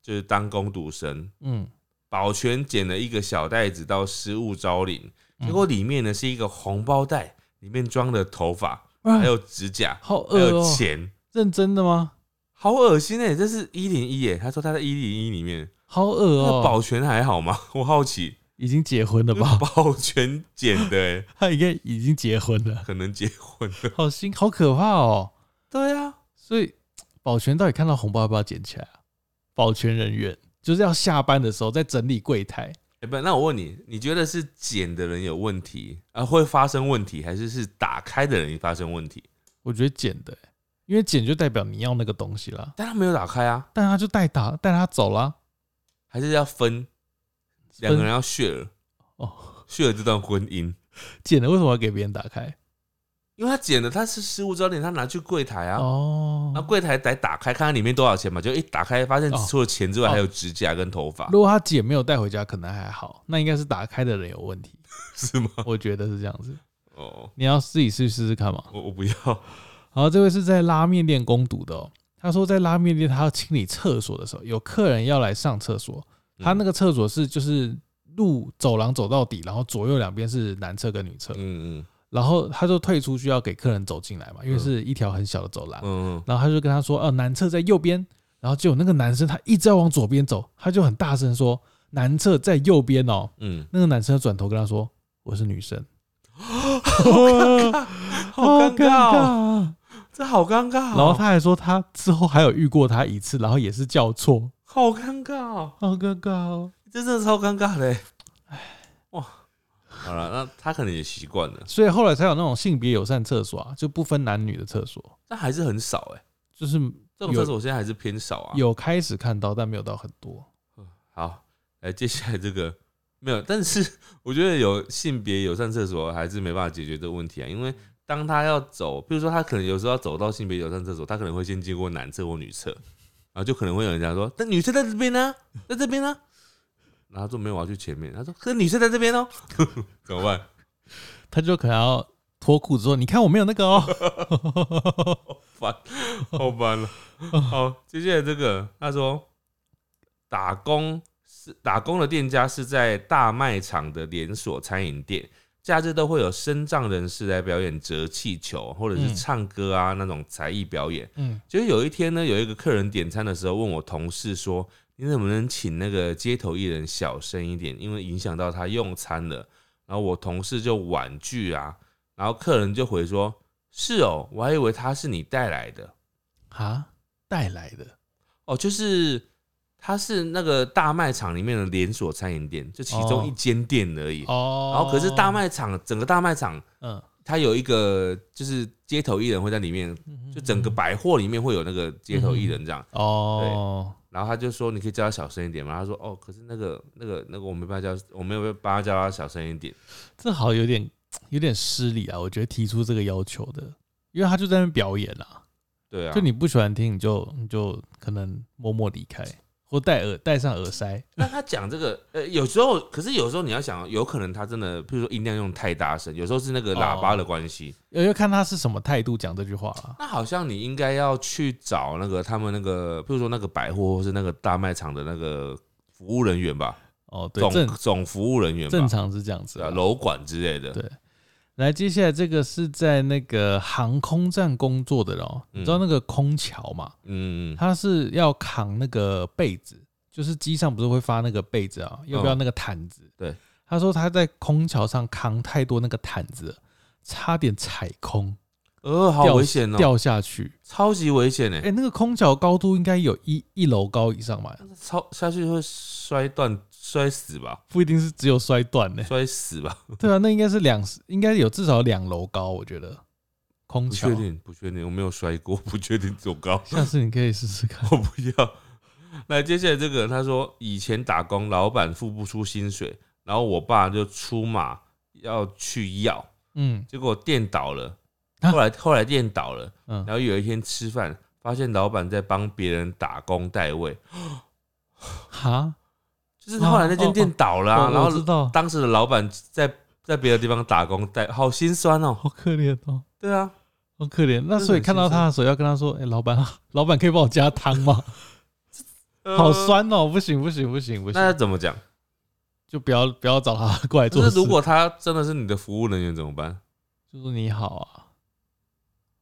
Speaker 2: 就是当工读生，
Speaker 1: 嗯，
Speaker 2: 保全捡了一个小袋子到失物招领，
Speaker 1: 嗯
Speaker 2: 结果里面呢是一个红包袋，里面装的头发还
Speaker 1: 还
Speaker 2: 有指甲
Speaker 1: 哎好
Speaker 2: 还
Speaker 1: 恶
Speaker 2: 有
Speaker 1: 哦、
Speaker 2: 钱，
Speaker 1: 认真的吗？
Speaker 2: 好恶心哎、这是一零一哎，他说他在一零一里面，
Speaker 1: 好恶
Speaker 2: 那
Speaker 1: 哦、
Speaker 2: 保全还好吗？ (laughs) 我好奇。
Speaker 1: 已经结婚了吧？
Speaker 2: 保全捡的、欸，
Speaker 1: 他应该已经结婚
Speaker 2: (laughs)
Speaker 1: 了，
Speaker 2: 可能结婚
Speaker 1: (laughs)
Speaker 2: 了。
Speaker 1: 好心好可怕哦、
Speaker 2: 对啊，
Speaker 1: 所以保全到底看到红包要不要捡起来啊？保全人员就是要下班的时候在整理柜台，
Speaker 2: 哎、不，那我问你，你觉得是捡的人有问题啊、会发生问题，还是是打开的人发生问题？
Speaker 1: 我觉得捡的欸、因为捡就代表你要那个东西啦。
Speaker 2: 但他没有打开啊，
Speaker 1: 但他就带打带他走啦，
Speaker 2: 还是要分两个人要 share
Speaker 1: 哦，
Speaker 2: share 这段婚姻，
Speaker 1: 捡了为什么要给别人打开？
Speaker 2: 因为他捡的他是失物招领，他拿去柜台啊。
Speaker 1: 哦
Speaker 2: 那，柜台得打开看看里面多少钱嘛，就一打开发现
Speaker 1: 哦
Speaker 2: 除了钱之外
Speaker 1: 哦
Speaker 2: 还有指甲跟头发，
Speaker 1: 如果他姐没有带回家，可能还好，那应该是打开的人有问题，
Speaker 2: 是吗？
Speaker 1: 我觉得是这样子。
Speaker 2: 哦，
Speaker 1: 你要自己去试试看嘛。
Speaker 2: 我我不要，
Speaker 1: 好，这位是在拉面店攻读的哦。他说，在拉面店，他要清理厕所的时候，有客人要来上厕所。他那
Speaker 2: 个
Speaker 1: 个厕所是就是路走廊走到底，然后左右两边是男厕跟女厕，
Speaker 2: 嗯嗯
Speaker 1: 然后他就退出去要给客人走进来嘛，因为
Speaker 2: 嗯
Speaker 1: 是一条很小的走廊。
Speaker 2: 嗯
Speaker 1: 然后他就跟他说：“呃，男厕在右边。”然后结果那个男生他一直要往左边走，他就很大声说：“男厕在右边哦。
Speaker 2: 嗯”
Speaker 1: 那个男生转头跟他说：“我是女
Speaker 2: (gasps)
Speaker 1: 生。
Speaker 2: 嗯，
Speaker 1: 好
Speaker 2: 好尴尬哦，
Speaker 1: 啊
Speaker 2: 这好尴尬哦。
Speaker 1: 然后他还说他之后还有遇过他一次，然后也是叫错，
Speaker 2: 好尴尬、哦，
Speaker 1: 好尴尬哦。
Speaker 2: 这真的超尴尬的。欸哇，好了，那他可能也习惯了，
Speaker 1: 所以后来才有那种性别友善厕所啊，就不分男女的厕所，
Speaker 2: 但还是很少哎。
Speaker 1: 就是
Speaker 2: 这种
Speaker 1: 有
Speaker 2: 厕所现在还是偏少啊。
Speaker 1: 有开始看到，但没有到很多。
Speaker 2: 好， (laughs) 来接下来这个没有，但是 (laughs) 我觉得有性别友善厕所还是没办法解决这个问题啊，因为当他要走，比如说他可能有时候要走到性别友善厕所，他可能会先经过男厕或女厕，然后就可能会有人讲说，但女厕在这边呢、在这边呢、啊然后他说没有，我要去前面。他说：“可是女生在这边哦， (laughs) 怎么办？
Speaker 1: 他就可能要脱裤子说：“你看我没有那个哦。
Speaker 2: (laughs) 好烦了。好，接下来这个，他说打工是打工的店家是在大卖场的连锁餐饮店，假日都会有身障人士来表演折气球，或者是唱歌啊、那种才艺表演。
Speaker 1: (laughs) 嗯，
Speaker 2: 就是有一天呢，有一个客人点餐的时候问我同事说：“你能不能请那个街头艺人小声一点，因为影响到他用餐了。”然后我同事就婉拒啊，然后客人就回说：“是哦，我还以为他是你带来的
Speaker 1: 哈，带来的
Speaker 2: 哦，就是他是那个大卖场里面的连锁餐饮店，就其中一间店而已。
Speaker 1: 哦
Speaker 2: 然后可是大，卖场整个大卖场，
Speaker 1: 嗯，
Speaker 2: 它有一个就是街头艺人会在里面，
Speaker 1: 嗯
Speaker 2: 就整个百货里面会有那个街头艺人这样。
Speaker 1: 哦，
Speaker 2: 然后他就说：“你可以叫他小声一点吗？”他说：“哦，可是那个、那个、那个，我没办法叫，我没有办法叫他小声一点。
Speaker 1: 这好像有点有点失礼啊，我觉得提出这个要求的，因为他就在那边表演啊，”
Speaker 2: 对啊，
Speaker 1: 就你不喜欢听，你就你就可能默默离开，或戴耳戴上耳塞，
Speaker 2: 那他讲这个，呃，有时候，可是有时候你要想，有可能他真的，譬如说音量用太大声，有时候是那个喇叭的关系。
Speaker 1: 要要看他是什么态度讲这句话啊啦。
Speaker 2: 那好像你应该要去找那个他们那个，譬如说那个百货或是那个大卖场的那个服务人员吧，
Speaker 1: 哦，对，
Speaker 2: 总
Speaker 1: 正
Speaker 2: 总服务人员吧，
Speaker 1: 正常是这样子
Speaker 2: 对啊，
Speaker 1: 啊。
Speaker 2: 楼管之类的。
Speaker 1: 对来，接下来这个是在那个航空站工作的哦，
Speaker 2: 嗯
Speaker 1: 你知道那个空桥嘛？
Speaker 2: 嗯，
Speaker 1: 他是要扛那个被子，就是机上不是会发那个被子啊，要不要那个毯子？
Speaker 2: 嗯对，
Speaker 1: 他说他在空桥上扛太多那个毯子了，差点踩空
Speaker 2: 呃，好
Speaker 1: 掉
Speaker 2: 危险哦，
Speaker 1: 掉下去。
Speaker 2: 超级危险
Speaker 1: 哎、
Speaker 2: 哎，
Speaker 1: 那个空桥高度应该有一一楼高以上吧？
Speaker 2: 超下去会摔断、摔死吧，
Speaker 1: 不一定是只有摔断呢、
Speaker 2: 摔死吧，
Speaker 1: (laughs) 对啊，那应该是两，应该有至少两楼高，我觉得空
Speaker 2: 不
Speaker 1: 桥
Speaker 2: 确。定，不确定，我没有摔过， (laughs) 不确定多高。
Speaker 1: 下次你可以试试看。
Speaker 2: (laughs) 我不要。那接下来这个人他说，以前打工，老板付不出薪水，然后我爸就出马要去要，
Speaker 1: 嗯，
Speaker 2: 结果店倒了。
Speaker 1: 啊
Speaker 2: 后来后来店倒了，
Speaker 1: 嗯
Speaker 2: 然后有一天吃饭，发现老板在帮别人打工代位，
Speaker 1: 哈，
Speaker 2: 就是
Speaker 1: 哦
Speaker 2: 后来那间店倒了啊、
Speaker 1: 我
Speaker 2: 然
Speaker 1: 哦我知
Speaker 2: 后
Speaker 1: 道，
Speaker 2: 当时的老板在在别的地方打工代，好心酸哦。
Speaker 1: 好可怜哦，
Speaker 2: 对啊，
Speaker 1: 好可怜。那所以看到他的时候，要跟他说：“哎、老板，老板可以帮我加汤吗？”
Speaker 2: 呃
Speaker 1: 好。酸哦，不行不行不行不
Speaker 2: 那要
Speaker 1: 行，
Speaker 2: 怎么讲？
Speaker 1: 就不要不要找他过来做
Speaker 2: 就
Speaker 1: 事。
Speaker 2: 是如果他真的是你的服务人员怎么办？
Speaker 1: 就说你好啊，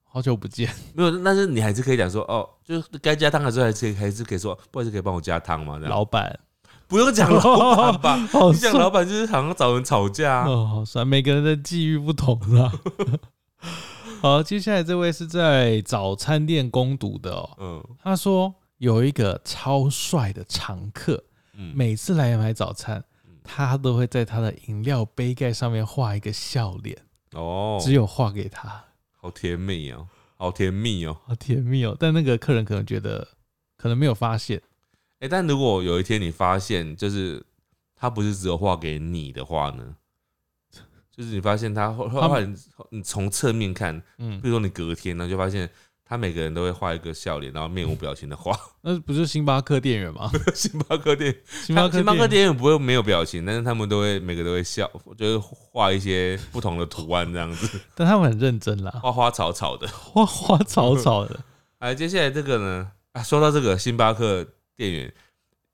Speaker 1: 好久不见，
Speaker 2: 没有，但是你还是可以讲说，哦，就是该加汤的时候还是可以还是可以说，不好意思，可以帮我加汤吗？这样
Speaker 1: 老哦板，，
Speaker 2: 不用讲老
Speaker 1: (laughs)
Speaker 2: 板吧
Speaker 1: 好
Speaker 2: 啊你讲
Speaker 1: 酸
Speaker 2: 老板就是好像找人吵架啊、
Speaker 1: 哦，好酸，每个人的际遇不同
Speaker 2: (laughs)
Speaker 1: 啦。好，接下来这位是在早餐店攻读的哦，
Speaker 2: 嗯
Speaker 1: 他说有一个超帅的常客，
Speaker 2: 嗯，
Speaker 1: 每次来买早餐
Speaker 2: 嗯，
Speaker 1: 他都会在他的饮料杯盖上面画一个笑脸，
Speaker 2: 哦，
Speaker 1: 只有画给他，
Speaker 2: 好甜蜜哦，好甜蜜哦。
Speaker 1: 好甜蜜哦。但那个客人可能觉得，可能没有发现，
Speaker 2: 哎、但如果有一天你发现，就是他不是只有画给你的话呢？就是你发现他后后
Speaker 1: 他
Speaker 2: 来你你从侧面看，
Speaker 1: 嗯
Speaker 2: 比，如说你隔天呢，就发现他每个人都会画一个笑脸，然后面无表情的画。 (laughs)
Speaker 1: 那不是星巴克店员吗？
Speaker 2: 星巴克店
Speaker 1: (laughs) 星巴
Speaker 2: 他们
Speaker 1: 克
Speaker 2: 星巴
Speaker 1: 店
Speaker 2: 克
Speaker 1: 员
Speaker 2: 店员不会没有表情，但是他们都会每个都会笑，就是画一些不同的图案这样子， (laughs)
Speaker 1: 但他们很认真啦，
Speaker 2: 花花草草的。
Speaker 1: 花花草草的，
Speaker 2: 哎，接下来这个呢？啊，说到这个星巴克店员，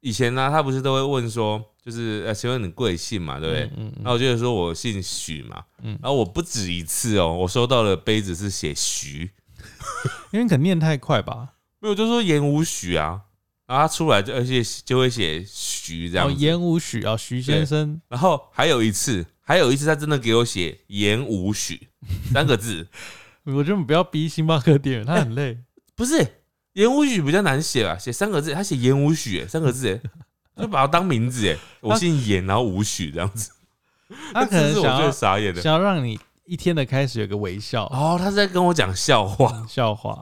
Speaker 2: 以前呢、他不是都会问说，就是呃，请问你贵姓嘛，对不对？
Speaker 1: 嗯
Speaker 2: 那我就会说我姓许嘛，
Speaker 1: 嗯
Speaker 2: 然后我不止一次哦，我收到的杯子是写徐，
Speaker 1: 因为可能念太快吧。
Speaker 2: 没有就说言无许啊，然后他出来就而且就会写徐这样
Speaker 1: 哦，
Speaker 2: 子，
Speaker 1: 言无许啊，徐先生，
Speaker 2: 然后还有一次，还有一次他真的给我写“言无许”三个字，
Speaker 1: 我觉得你不要逼星巴克店员，他很
Speaker 2: (laughs)
Speaker 1: 累。
Speaker 2: 不是“言无许”比较难写啊吧？写三个字，他写“言无许”哎三
Speaker 1: (laughs)
Speaker 2: 个字，哎，就把它当名字哎，我姓言，然后无许这样子，
Speaker 1: 他可能
Speaker 2: 这是
Speaker 1: 想
Speaker 2: 我最
Speaker 1: 要
Speaker 2: 傻眼的。
Speaker 1: 想要让你一天的开始有个微笑，
Speaker 2: 哦，他是在跟我讲笑话。
Speaker 1: (laughs) 笑
Speaker 2: (laughs)
Speaker 1: 话。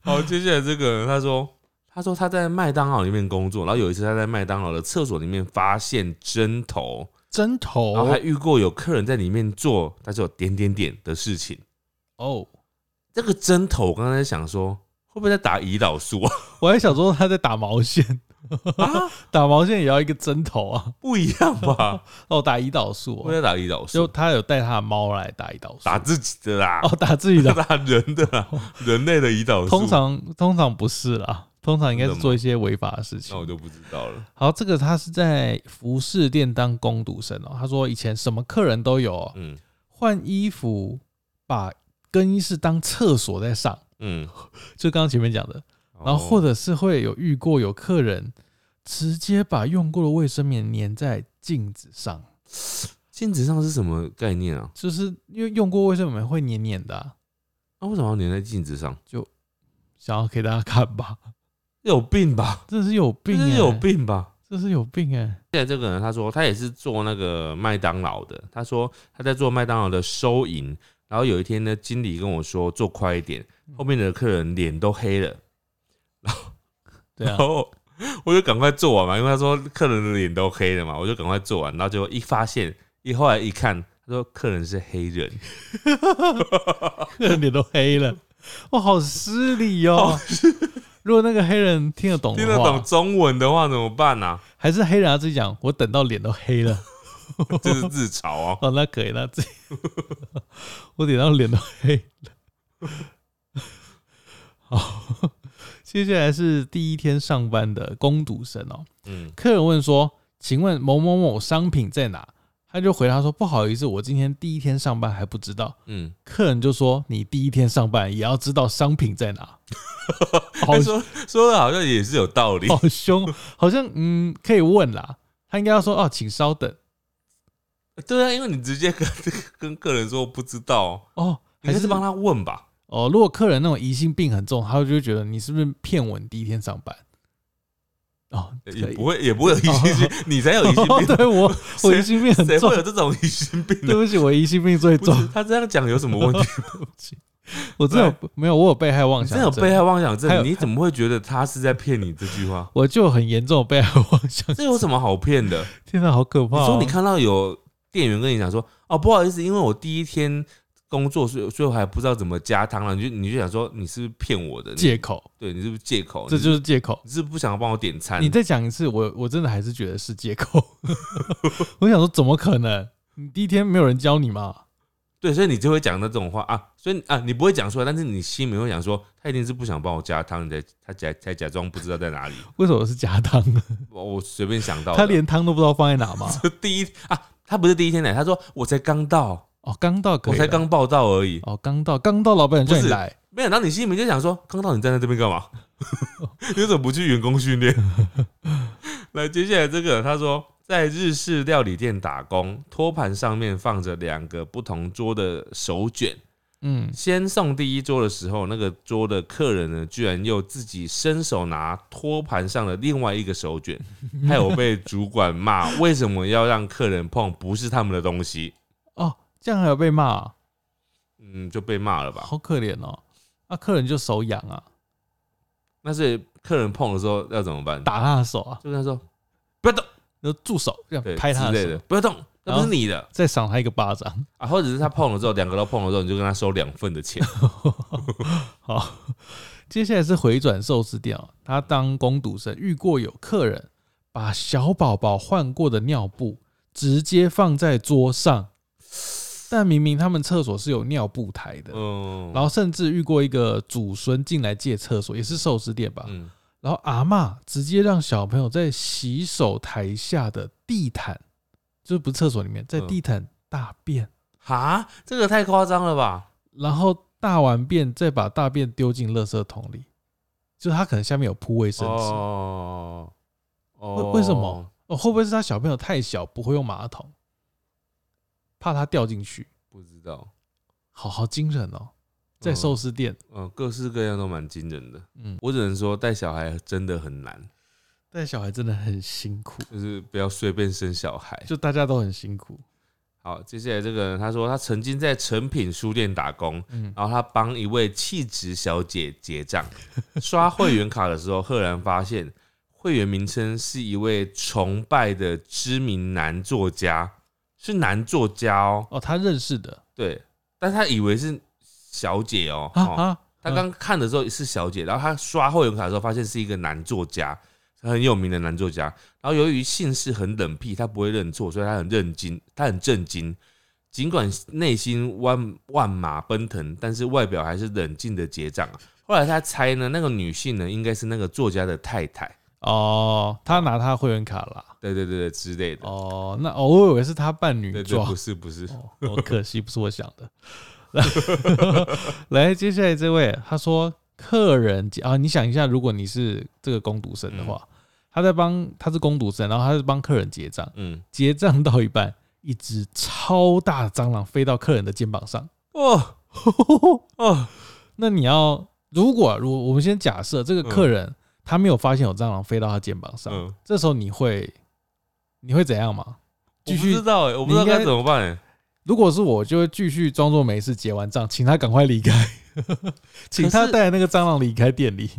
Speaker 2: 好，接下来这个人他说。他说他在麦当劳里面工作，然后有一次他在麦当劳的厕所里面发现针头，
Speaker 1: 针
Speaker 2: 然后
Speaker 1: 头
Speaker 2: 还遇过有客人在里面做，但是有点点点的事情。
Speaker 1: 哦，
Speaker 2: 这个针头，我刚才想说，会不会在打胰岛素啊？ (laughs)
Speaker 1: 我还想说他在打毛线，
Speaker 2: 啊，
Speaker 1: (laughs) 打毛线也要一个针头啊。
Speaker 2: 不会在打胰岛素一样吧？
Speaker 1: 哦，打胰岛素、
Speaker 2: 我
Speaker 1: 哦，
Speaker 2: 在打胰岛
Speaker 1: 就
Speaker 2: 素，
Speaker 1: 他有带他的猫来打胰岛素，
Speaker 2: 啊打自己的啦， (laughs) 啊
Speaker 1: 哦打自己的，
Speaker 2: 打人的啦，人类的胰岛素。
Speaker 1: 通常通常不是啦，通常应该是做一些违法的事
Speaker 2: 那我
Speaker 1: 情。
Speaker 2: 就不知道了。
Speaker 1: 好，这个他是在服饰店当工读生哦。他说以前什么客人都有哦、
Speaker 2: 嗯
Speaker 1: 换衣服把更衣室当厕所在上，
Speaker 2: 嗯，
Speaker 1: 就刚刚前面讲的。
Speaker 2: 哦
Speaker 1: 然后或者是会有遇过有客人直接把用过的卫生棉粘在镜子上，
Speaker 2: 镜子上是什么概念啊？
Speaker 1: 就是因为用过卫生棉会黏黏的啊、
Speaker 2: 那、为什么要粘在镜子上？
Speaker 1: 想要给大家看吧， (laughs)
Speaker 2: 有病吧？
Speaker 1: 这是有
Speaker 2: 这
Speaker 1: 病、欸，
Speaker 2: 是有，病吧？
Speaker 1: 这是有病哎、
Speaker 2: 啊现在这个人他说他也是做那个麦当劳的，他说他在做麦当劳的收银，然后有一天呢，经理跟我说做快一点，后面的客人脸都黑了，
Speaker 1: 对啊
Speaker 2: 然，后我就赶快做完嘛，因为他说客人的脸都黑了嘛，我就赶快做完，然后结果一发现，一后来一看，他说客人是黑人，
Speaker 1: 客 (laughs) 人脸都黑了，哇，好失礼哦。如果那个黑人听得懂的
Speaker 2: 听
Speaker 1: 话，
Speaker 2: 得懂中文的话怎么办啊呢、
Speaker 1: 还是黑人他自己讲，我等到脸都黑了，
Speaker 2: 这是自嘲哦、
Speaker 1: 哦，那可以，那这 (laughs) 我点到脸都黑了。 (laughs) 好，接下来是第一天上班的工读生哦。
Speaker 2: 嗯，
Speaker 1: 客人问说：“请问某某某商品在哪？”他就回答说：“不好意思，我今天第一天上班还不知道。”
Speaker 2: 嗯，
Speaker 1: 客人就说：“你第一天上班也要知道商品在
Speaker 2: (laughs)
Speaker 1: 哪。好
Speaker 2: 他说说的好像也是有道”理，
Speaker 1: 好凶，好像嗯可以问啦。他应该要说：“哦，请稍等。
Speaker 2: 对啊，因为你直接跟 (laughs) 跟客人说不知道，”啊
Speaker 1: 哦，
Speaker 2: 还
Speaker 1: 还
Speaker 2: 是
Speaker 1: 是
Speaker 2: 帮他问吧。
Speaker 1: 哦，如果客人那种疑心病很重，他就会觉得你是不是骗我？你第一天上班？哦，可
Speaker 2: 也
Speaker 1: 以哦
Speaker 2: 不会，也不会有疑心病，你才有疑心病，
Speaker 1: (laughs) 对我，我疑心病很
Speaker 2: 谁
Speaker 1: 重
Speaker 2: 会。有这种疑心病
Speaker 1: 对
Speaker 2: 呢？
Speaker 1: 不起，我疑心病最
Speaker 2: 不是
Speaker 1: 重。
Speaker 2: 他这样讲有什
Speaker 1: (laughs)
Speaker 2: 么问题？
Speaker 1: 我真的有没有，我有被害妄
Speaker 2: 你
Speaker 1: 想
Speaker 2: 真的有
Speaker 1: 症
Speaker 2: 被害妄想
Speaker 1: 还有
Speaker 2: 症，你怎么会觉得他是在骗你？这句话
Speaker 1: 我就有很严重的被害妄想。
Speaker 2: 这有什么好骗的？
Speaker 1: 天哪，好可怕、
Speaker 2: 你
Speaker 1: 哦！
Speaker 2: 说你看到有店员跟你讲说，哦，不好意思，因为我第一天工作，所以所以我还不知道怎么加汤了，你就你就想说你是不是骗我的？你
Speaker 1: 借口，
Speaker 2: 对你是不是借口？
Speaker 1: 这
Speaker 2: 哦你是
Speaker 1: 就是借口。
Speaker 2: 你是不是不想帮我点餐
Speaker 1: 你？再讲一次，我我真的还是觉得是借口。 (laughs) 我想说，怎么可能？你第一天没有人教你吗？
Speaker 2: 对，所以你就会讲到这种话啊，所以啊，你不会讲出来，但是你心里面会想说，他一定是不想帮我加汤，你才他假才假装不知道在哪里。 (laughs)
Speaker 1: 为什么是加汤？
Speaker 2: 我我随便想到的，
Speaker 1: 他连汤都不知道放在哪吗？
Speaker 2: 这第一啊，他不是第一天来，他说我才刚到，
Speaker 1: 哦，刚到可
Speaker 2: 我
Speaker 1: 以，
Speaker 2: 才刚报到而已。
Speaker 1: 哦，刚到，刚到，老板叫
Speaker 2: 不
Speaker 1: 你
Speaker 2: 是
Speaker 1: 来，
Speaker 2: 没想到你心里面就想说，刚到你站在这边干嘛？ (laughs) 你怎么不去员工训练？ (laughs) 来，接下来这个他说，在日式料理店打工，托盘上面放着两个不同桌的手卷。
Speaker 1: 嗯，
Speaker 2: 先送第一桌的时候，那个桌的客人呢，居然又自己伸手拿托盘上的另外一个手卷，害我被主管骂，为什么要让客人碰不是他们的东西？
Speaker 1: 哦，这样还有被骂、
Speaker 2: 嗯，就被骂了吧？
Speaker 1: 好可怜哦。那、客人就手痒啊，
Speaker 2: 那是客人碰的时候要怎么办？
Speaker 1: 打他的手啊，
Speaker 2: 就跟他说不要动，
Speaker 1: 就住手，这
Speaker 2: 对
Speaker 1: 样拍他
Speaker 2: 之类
Speaker 1: 的
Speaker 2: 的
Speaker 1: 手，，
Speaker 2: 不要动，那
Speaker 1: 然
Speaker 2: 不是
Speaker 1: 后
Speaker 2: 你的
Speaker 1: 再赏他一个巴掌。
Speaker 2: 啊，或者是他碰了之后，两个都碰了之后，你就跟他收两份的
Speaker 1: (laughs)
Speaker 2: 钱。
Speaker 1: 好，接下来是回转寿司店哦，他当工读生遇过有客人把小宝宝换过的尿布直接放在桌上，但明明他们厕所是有尿布台的，
Speaker 2: 嗯，
Speaker 1: 然后甚至遇过一个祖孙进来借厕所，也是寿司店吧，
Speaker 2: 嗯，
Speaker 1: 然后阿嬷直接让小朋友在洗手台下的地毯，就是不是厕所里面，在
Speaker 2: 嗯
Speaker 1: 地毯大便，
Speaker 2: 哈，这个太夸张了吧？
Speaker 1: 然后大完便再把大便丢进垃圾桶里，就是他可能下面有铺卫生纸哦
Speaker 2: 哦哦
Speaker 1: 为为什么？会不会是他小朋友太小不会用马桶，怕他掉进去？
Speaker 2: 不知道，
Speaker 1: 好好惊人哦，在寿司店，
Speaker 2: 嗯，各式各样都蛮惊人的。
Speaker 1: 嗯，
Speaker 2: 我只能说，带小孩真的很难，
Speaker 1: 带小孩真的很辛苦，
Speaker 2: 就是不要随便生小孩。
Speaker 1: 就大家都很辛苦，
Speaker 2: 好，接下来这个人他说，他曾经在诚品书店打工，
Speaker 1: 嗯，
Speaker 2: 然后他帮一位气质小姐结账， (laughs) 刷会员卡的时候，赫然发现会员名称是一位崇拜的知名男作家，是男作家哦，
Speaker 1: 哦，他认识的
Speaker 2: 对，但他以为是小姐哦，
Speaker 1: 啊
Speaker 2: 哦
Speaker 1: 啊，
Speaker 2: 他刚看的时候是小姐，然后他刷会员卡的时候发现是一个男作家，很有名的男作家。然后由于姓氏很冷僻，他不会认错，所以他很震惊，他很震惊。尽管内心万万马奔腾，但是外表还是冷静的结账啊。后来他猜呢，那个女性呢，应该是那个作家的太太，
Speaker 1: 哦，他拿他会员卡啦。
Speaker 2: 对对对对之类的。
Speaker 1: 哦，那哦，我以为是他扮女
Speaker 2: 对对，
Speaker 1: 装
Speaker 2: 不，是不是，
Speaker 1: 哦，哦可惜不是我想的。 (laughs) 来，接下来这位，他说客人接啊，你想一下，如果你是这个工读生的
Speaker 2: 嗯
Speaker 1: 话，他在帮他是工读生，然后他是帮客人结账，
Speaker 2: 嗯，
Speaker 1: 结账到一半，一只超大的蟑螂飞到客人的肩膀上，
Speaker 2: 哦哦，
Speaker 1: 那你要如果如果我们先假设这个
Speaker 2: 嗯
Speaker 1: 客人、他没有发现有蟑螂飞到他肩膀上，
Speaker 2: 嗯，
Speaker 1: 这时候你会你会怎样吗？
Speaker 2: 我
Speaker 1: 继
Speaker 2: 不
Speaker 1: 续
Speaker 2: 知道哎，我不知道
Speaker 1: 你应该
Speaker 2: 该怎么办哎。
Speaker 1: 如果是我，就会继续装作没事，结完账，请他赶快离开， (laughs) 请他
Speaker 2: 可是
Speaker 1: 带那个蟑螂离开店里。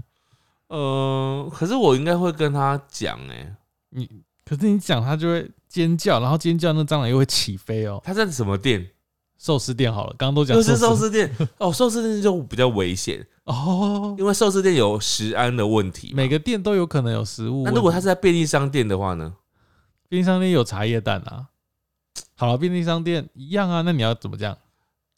Speaker 2: 呃，可是我应该会跟他讲哎，
Speaker 1: 可是你讲，他就会尖叫，然后尖叫，那蟑螂又会起飞哦。
Speaker 2: 他在什么店？
Speaker 1: 寿司店好了，刚刚都讲
Speaker 2: 又是寿
Speaker 1: 寿
Speaker 2: 司店 (laughs) 哦，寿司店就比较危险，
Speaker 1: 哦，
Speaker 2: 因为寿司店有食安的问题嘛。
Speaker 1: 每个店都有可能有食物问题。
Speaker 2: 那如果他是在便利商店的话呢？
Speaker 1: 便利商店有茶叶蛋啊，好了，便利商店一样啊，那你要怎么讲？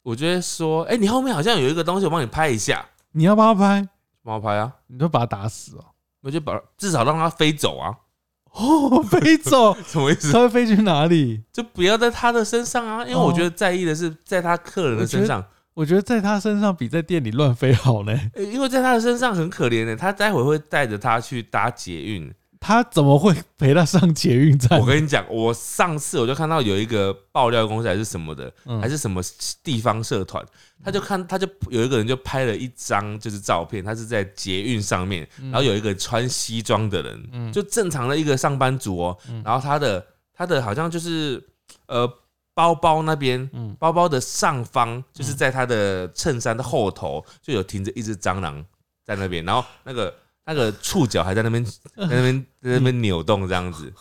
Speaker 2: 我觉得说，哎、你后面好像有一个东西，我帮你拍一下，
Speaker 1: 你要帮他拍，
Speaker 2: 帮我拍啊，
Speaker 1: 你就把他打死哦。
Speaker 2: 我就把至少让它飞走啊，
Speaker 1: (laughs) 哦，飞 (laughs) 走，
Speaker 2: (laughs) 什么意思？
Speaker 1: 它会飞去哪里？
Speaker 2: 就不要在他的身上啊，因为
Speaker 1: 哦
Speaker 2: 我觉得在意的是在他客人的身上，
Speaker 1: 我觉得在他身上比在店里乱飞好呢。
Speaker 2: 呃因为在他的身上很可怜的、他待会会带着他去搭捷 (laughs) 运。
Speaker 1: 他怎么会陪他上捷运站
Speaker 2: 我？跟你讲，我上次我就看到有一个爆料公司还是什么的，
Speaker 1: 嗯
Speaker 2: 还是什么地方社团，他就看他就有一个人就拍了一张就是照片，他是在捷运上面，
Speaker 1: 嗯
Speaker 2: 然后有一个穿西装的人，
Speaker 1: 嗯
Speaker 2: 就正常的一个上班族哦、
Speaker 1: 嗯
Speaker 2: 然后他的他的好像就是呃包包那边，
Speaker 1: 嗯
Speaker 2: 包包的上方就是在他的衬衫的后头就有停着一只蟑螂在那边，然后那个那个触角还在那边在那边在那边扭动这
Speaker 1: (laughs)
Speaker 2: 样子，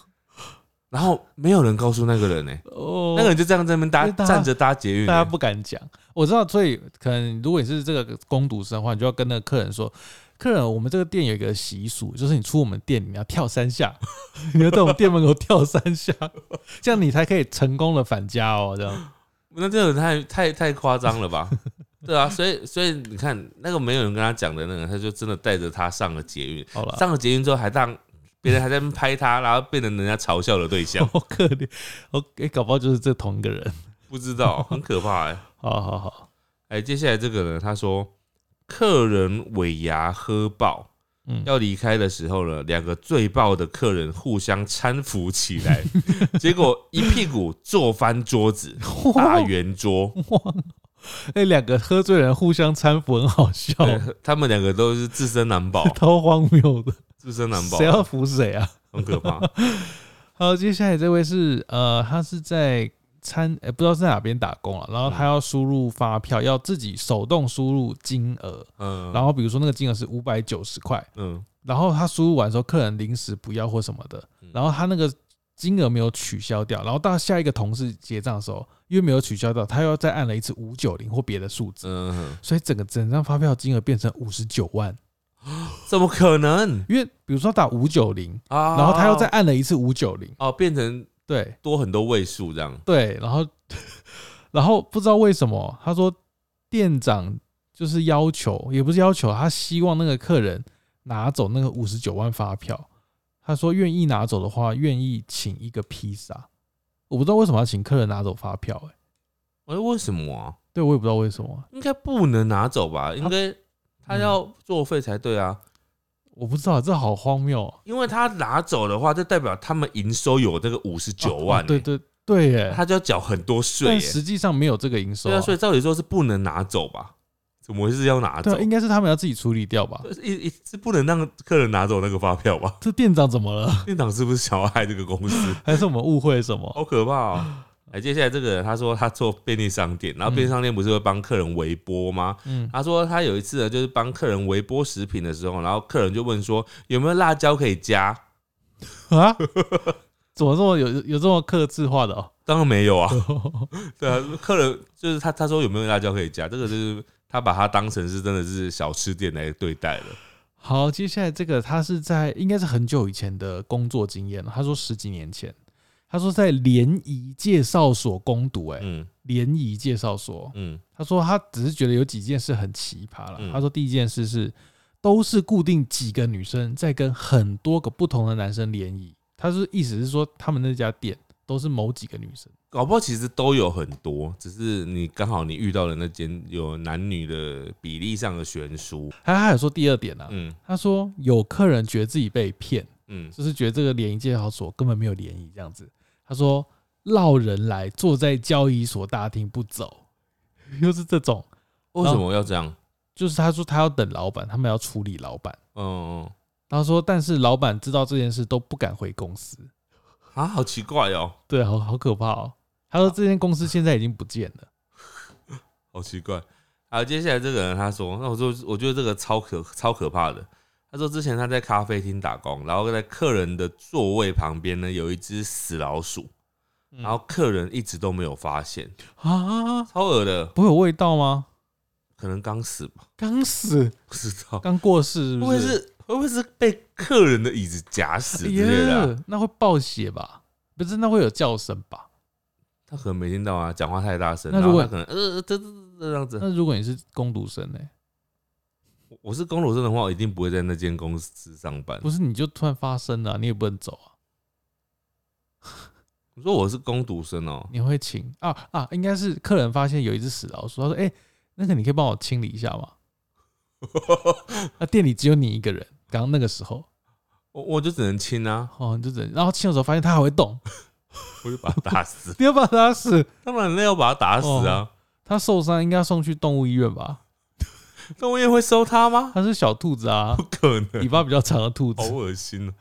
Speaker 2: 然后没有人告诉那个人呢、欸
Speaker 1: 哦
Speaker 2: 那个人就这样在那边搭
Speaker 1: 因为大家
Speaker 2: 站着搭捷运欸、
Speaker 1: 大家不敢讲，我知道，所以可能如果你是这个攻读生的话，你就要跟那个客人说，客人，我们这个店有一个习俗，就是你出我们店，你要跳三下， (laughs) 你要在我们店门口跳三下， (laughs) 这样你才可以成功的返家哦，这
Speaker 2: (laughs)
Speaker 1: 样。
Speaker 2: 那这个太太太夸张了 (laughs) 吧？对啊，所以所以你看，那个没有人跟他讲的那个，他就真的带着他上了捷运，
Speaker 1: 好了，
Speaker 2: 上了捷运之后还让别人还在那边拍他，然后变成人家嘲笑的对 (laughs) 象，
Speaker 1: 好可怜，哦，诶，搞不好就是这同一个人。
Speaker 2: 不知道很可怕哎、
Speaker 1: 好好好，
Speaker 2: 哎、接下来这个呢，他说客人尾牙喝爆，
Speaker 1: 嗯，
Speaker 2: 要离开的时候呢，两个醉爆的客人互相搀扶起 (laughs) 来，结果一屁股坐翻桌子， (laughs) 大
Speaker 1: (laughs)
Speaker 2: 圆桌。
Speaker 1: 哇，那哎两个喝醉人互相搀扶，很好笑，
Speaker 2: 对他们两个都是自身难保，
Speaker 1: (laughs) 超荒谬的，
Speaker 2: 自身难保
Speaker 1: 谁，要扶谁啊？
Speaker 2: 很可怕。
Speaker 1: 好，接下来这位是呃，他是在餐，呃、不知道是在哪边打工啊
Speaker 2: 嗯
Speaker 1: 了，然后他要输入发票，要自己手动输入金额，(laughs)
Speaker 2: 嗯，
Speaker 1: 然后比如说那个金额是五百九十块，
Speaker 2: 嗯
Speaker 1: 然后他输入完之后，客人临时不要或什么的
Speaker 2: 嗯，
Speaker 1: 然后他那个金额没有取消掉，然后到下一个同事结账的时候，因为没有取消掉，他又再按了一次五九零或别的数字，
Speaker 2: 嗯，
Speaker 1: 所以整个整张发票金额变成五十九万，
Speaker 2: 怎么可能
Speaker 1: 因为比如说打五九零，
Speaker 2: 啊？
Speaker 1: 然后他又再按了一次五九零，
Speaker 2: 哦，变成
Speaker 1: 对。
Speaker 2: 多很多位数这样。
Speaker 1: 对，然后然后不知道为什么，他说店长就是要求，也不是要求，他希望那个客人拿走那个五十九万发票。他说愿意拿走的话，愿意请一个披萨。我不知道为什么要请客人拿走发票、欸，
Speaker 2: 哎，为什么啊？
Speaker 1: 对我也不知道为什么，
Speaker 2: 应该不能拿走吧？应该他要作废才对啊，
Speaker 1: 我不知道，这好荒谬、哦。
Speaker 2: 因为他拿走的话，就代表他们营收有这个五十九
Speaker 1: 哦
Speaker 2: 万，欸
Speaker 1: 对，对对耶，
Speaker 2: 他就要缴很多税
Speaker 1: 但哦
Speaker 2: 耶。
Speaker 1: 实际上没有这个营收、
Speaker 2: 对啊，所以照理说是不能拿走吧？怎么会是要拿
Speaker 1: 对
Speaker 2: 走
Speaker 1: 啊？应该是他们要自己处理掉吧？
Speaker 2: 一一是不能让客人拿走那个发票吧？ (laughs)
Speaker 1: 这店长怎么了？ (laughs)
Speaker 2: 店长是不是想要害这个公司？
Speaker 1: 还是我们误会了什么？
Speaker 2: 好可怕哦！哎，接下来这个人他说他做便利商店，然后便利商店不是会帮客人微波吗？
Speaker 1: 嗯，
Speaker 2: 他说他有一次呢，就是帮客人微波食品的时候，然后客人就问说有没有辣椒可以加？
Speaker 1: 啊？ (laughs) 怎么这么有有这么克制化的哦？
Speaker 2: 当然没有啊， (laughs) 对啊，客人就是他他说有没有辣椒可以加？这个就是他把它当成是真的是小吃店来对待了。
Speaker 1: 好，接下来这个他是在应该是很久以前的工作经验了。他说十几年前，他说在联谊介绍所攻读、哎，
Speaker 2: 嗯
Speaker 1: 联谊介绍所，
Speaker 2: 嗯
Speaker 1: 他说他只是觉得有几件事很奇葩了。
Speaker 2: 嗯
Speaker 1: 他说第一件事是都是固定几个女生在跟很多个不同的男生联谊，他是意思是说他们那家店都是某几个女生。
Speaker 2: 搞不好其实都有很多，只是你刚好你遇到的那间有男女的比例上的悬殊。
Speaker 1: 他还有说第二点呢、啊，
Speaker 2: 嗯
Speaker 1: 他说有客人觉得自己被骗，
Speaker 2: 嗯，
Speaker 1: 就是觉得这个联谊介绍所根本没有联谊这样子。他说绕人来，坐在交易所大厅不走， (laughs) 又是这种，
Speaker 2: 为什么要这样？
Speaker 1: 就是他说他要等老板，他们要处理老板。
Speaker 2: 嗯
Speaker 1: 他说，但是老板知道这件事都不敢回公司。
Speaker 2: 啊，好奇怪哦，
Speaker 1: 对，好好可怕哦。他说这间公司现在已经不见了。
Speaker 2: 好奇怪。好，接下来这个人他说，那我说我觉得这个超可超可怕的。他说之前他在咖啡厅打工，然后在客人的座位旁边呢有一只死老鼠，
Speaker 1: 嗯
Speaker 2: 然后客人一直都没有发现，
Speaker 1: 啊，
Speaker 2: 超恶的，
Speaker 1: 不会有味道吗？
Speaker 2: 可能刚死吧，
Speaker 1: 刚死，
Speaker 2: 不知道。
Speaker 1: 刚过世是哎
Speaker 2: 会不
Speaker 1: 不
Speaker 2: 会
Speaker 1: 是？
Speaker 2: 是会不会是被客人的椅子夹死
Speaker 1: 哎
Speaker 2: 之类的啊、
Speaker 1: 耶那会爆血吧？不是，那会有叫声吧？
Speaker 2: 他可能没听到啊，讲话太大声，
Speaker 1: 那
Speaker 2: 然
Speaker 1: 如
Speaker 2: 后
Speaker 1: 果
Speaker 2: 他可能呃这这这这样子。
Speaker 1: 那如果你是攻读生呢、
Speaker 2: 我我是公主生的话，我一定不会在那间公司上班
Speaker 1: 不。是，你就突然发生了、你也不能走啊，
Speaker 2: 你说我是公读生哦、
Speaker 1: 你会请啊啊，应该是客人发现有一只死老鼠，他说：“哎、那个你可以帮我清理一下吗？”那店里只有你一个人，刚刚那个时候，
Speaker 2: 我我就只能亲啊，
Speaker 1: 哦，你就只能，然后清的时候发现它还会动，。
Speaker 2: 我就把他打死 (laughs)
Speaker 1: 你要把它死，
Speaker 2: 当然要把他打死啊！
Speaker 1: 它受伤应该送去动物医院吧？
Speaker 2: 动物园会收他吗？ (laughs)
Speaker 1: 它是小兔子啊
Speaker 2: 不，可
Speaker 1: 尾
Speaker 2: 能，
Speaker 1: 巴比较长的兔
Speaker 2: 好
Speaker 1: 子。
Speaker 2: 恶心啊！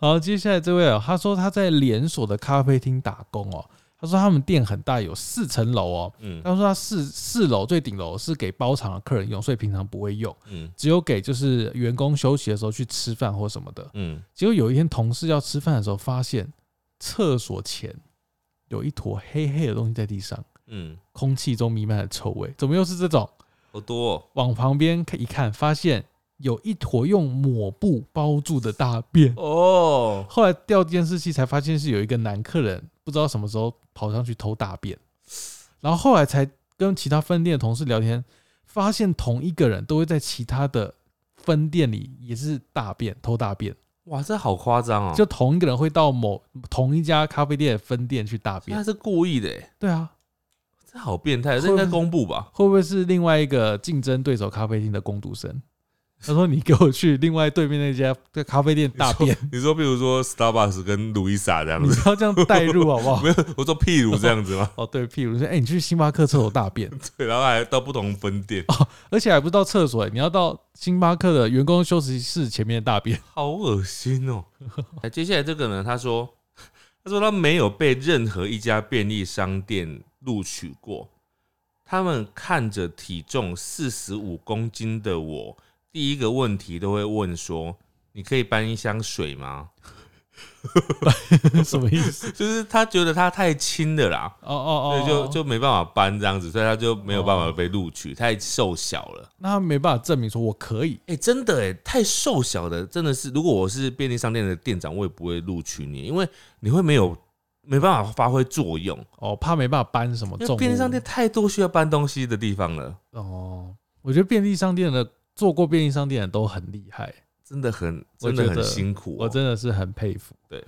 Speaker 1: 好，接下来这位哦，他说他在连锁的咖啡厅打工哦，他说他们店很大，有四层楼哦。
Speaker 2: 嗯
Speaker 1: 他说他四四楼最顶楼是给包场的客人用，所以平常不会用，
Speaker 2: 嗯
Speaker 1: 只有给就是员工休息的时候去吃饭或什么的。
Speaker 2: 嗯，
Speaker 1: 结果有一天同事要吃饭的时候，发现厕所前有一坨黑黑的东西在地上，
Speaker 2: 嗯，
Speaker 1: 空气中弥漫着臭味。怎么又是这种？
Speaker 2: 好多、哦。
Speaker 1: 往旁边看一看，发现有一坨用抹布包住的大便。
Speaker 2: 哦，
Speaker 1: 后来调监视器才发现是有一个男客人不知道什么时候跑上去偷大便，然后后来才跟其他分店的同事聊天，发现同一个人都会在其他的分店里也是大便偷大便，
Speaker 2: 哇，这好夸张哦！
Speaker 1: 就同一个人会到某同一家咖啡店的分店去大
Speaker 2: 他 (laughs)
Speaker 1: 便。
Speaker 2: 是故意的耶，
Speaker 1: 对啊，
Speaker 2: 这好变态，这
Speaker 1: 会
Speaker 2: 应
Speaker 1: 不会
Speaker 2: 该公布 (laughs) 吧？
Speaker 1: 会不会是另外一个竞争对手咖啡厅的工读生？他说：“你给我去另外对面那家在咖啡店大
Speaker 2: (laughs)
Speaker 1: 便，
Speaker 2: 你说，比如说 Starbucks 跟 Louisa 这样
Speaker 1: 你
Speaker 2: 子， (laughs)
Speaker 1: 不要这样带入好不好？
Speaker 2: 没有，我说譬如这样子吗？” (laughs)
Speaker 1: 哦，对，譬如说，哎、你去星巴克厕所大便，
Speaker 2: 对，然后还到不同分店，
Speaker 1: 而且还不是到厕所、你要到星巴克的员工休息室前面大
Speaker 2: (laughs)
Speaker 1: 便。
Speaker 2: 好恶心哦。哎 (laughs) 接下来这个呢，他说，他说他没有被任何一家便利商店录取过。他们看着体重四十五公斤的我，第一个问题都会问说：“你可以搬一箱水吗
Speaker 1: 什么意思？？”
Speaker 2: 就是他觉得他太轻了啦，
Speaker 1: (laughs) 哦哦哦，
Speaker 2: 所以就就没办法搬这样子，所以他就没有办法被录取，太瘦小了。
Speaker 1: 那他没办法证明说我可以
Speaker 2: 哎、真的哎、太瘦小的，真的是，如果我是便利商店的店长，我也不会录取你，因为你会没有没办法发挥作用，
Speaker 1: 哦，怕没办法搬什么
Speaker 2: 因
Speaker 1: 重
Speaker 2: 为
Speaker 1: 物。
Speaker 2: 便利商店太多需要搬东西的地方了，
Speaker 1: 哦，我觉得便利商店的做过便利商店的都很厉害，
Speaker 2: 真的很
Speaker 1: 我
Speaker 2: 真
Speaker 1: 觉
Speaker 2: 的
Speaker 1: 得
Speaker 2: 很辛苦、哦
Speaker 1: 我真的是很佩服。
Speaker 2: 对，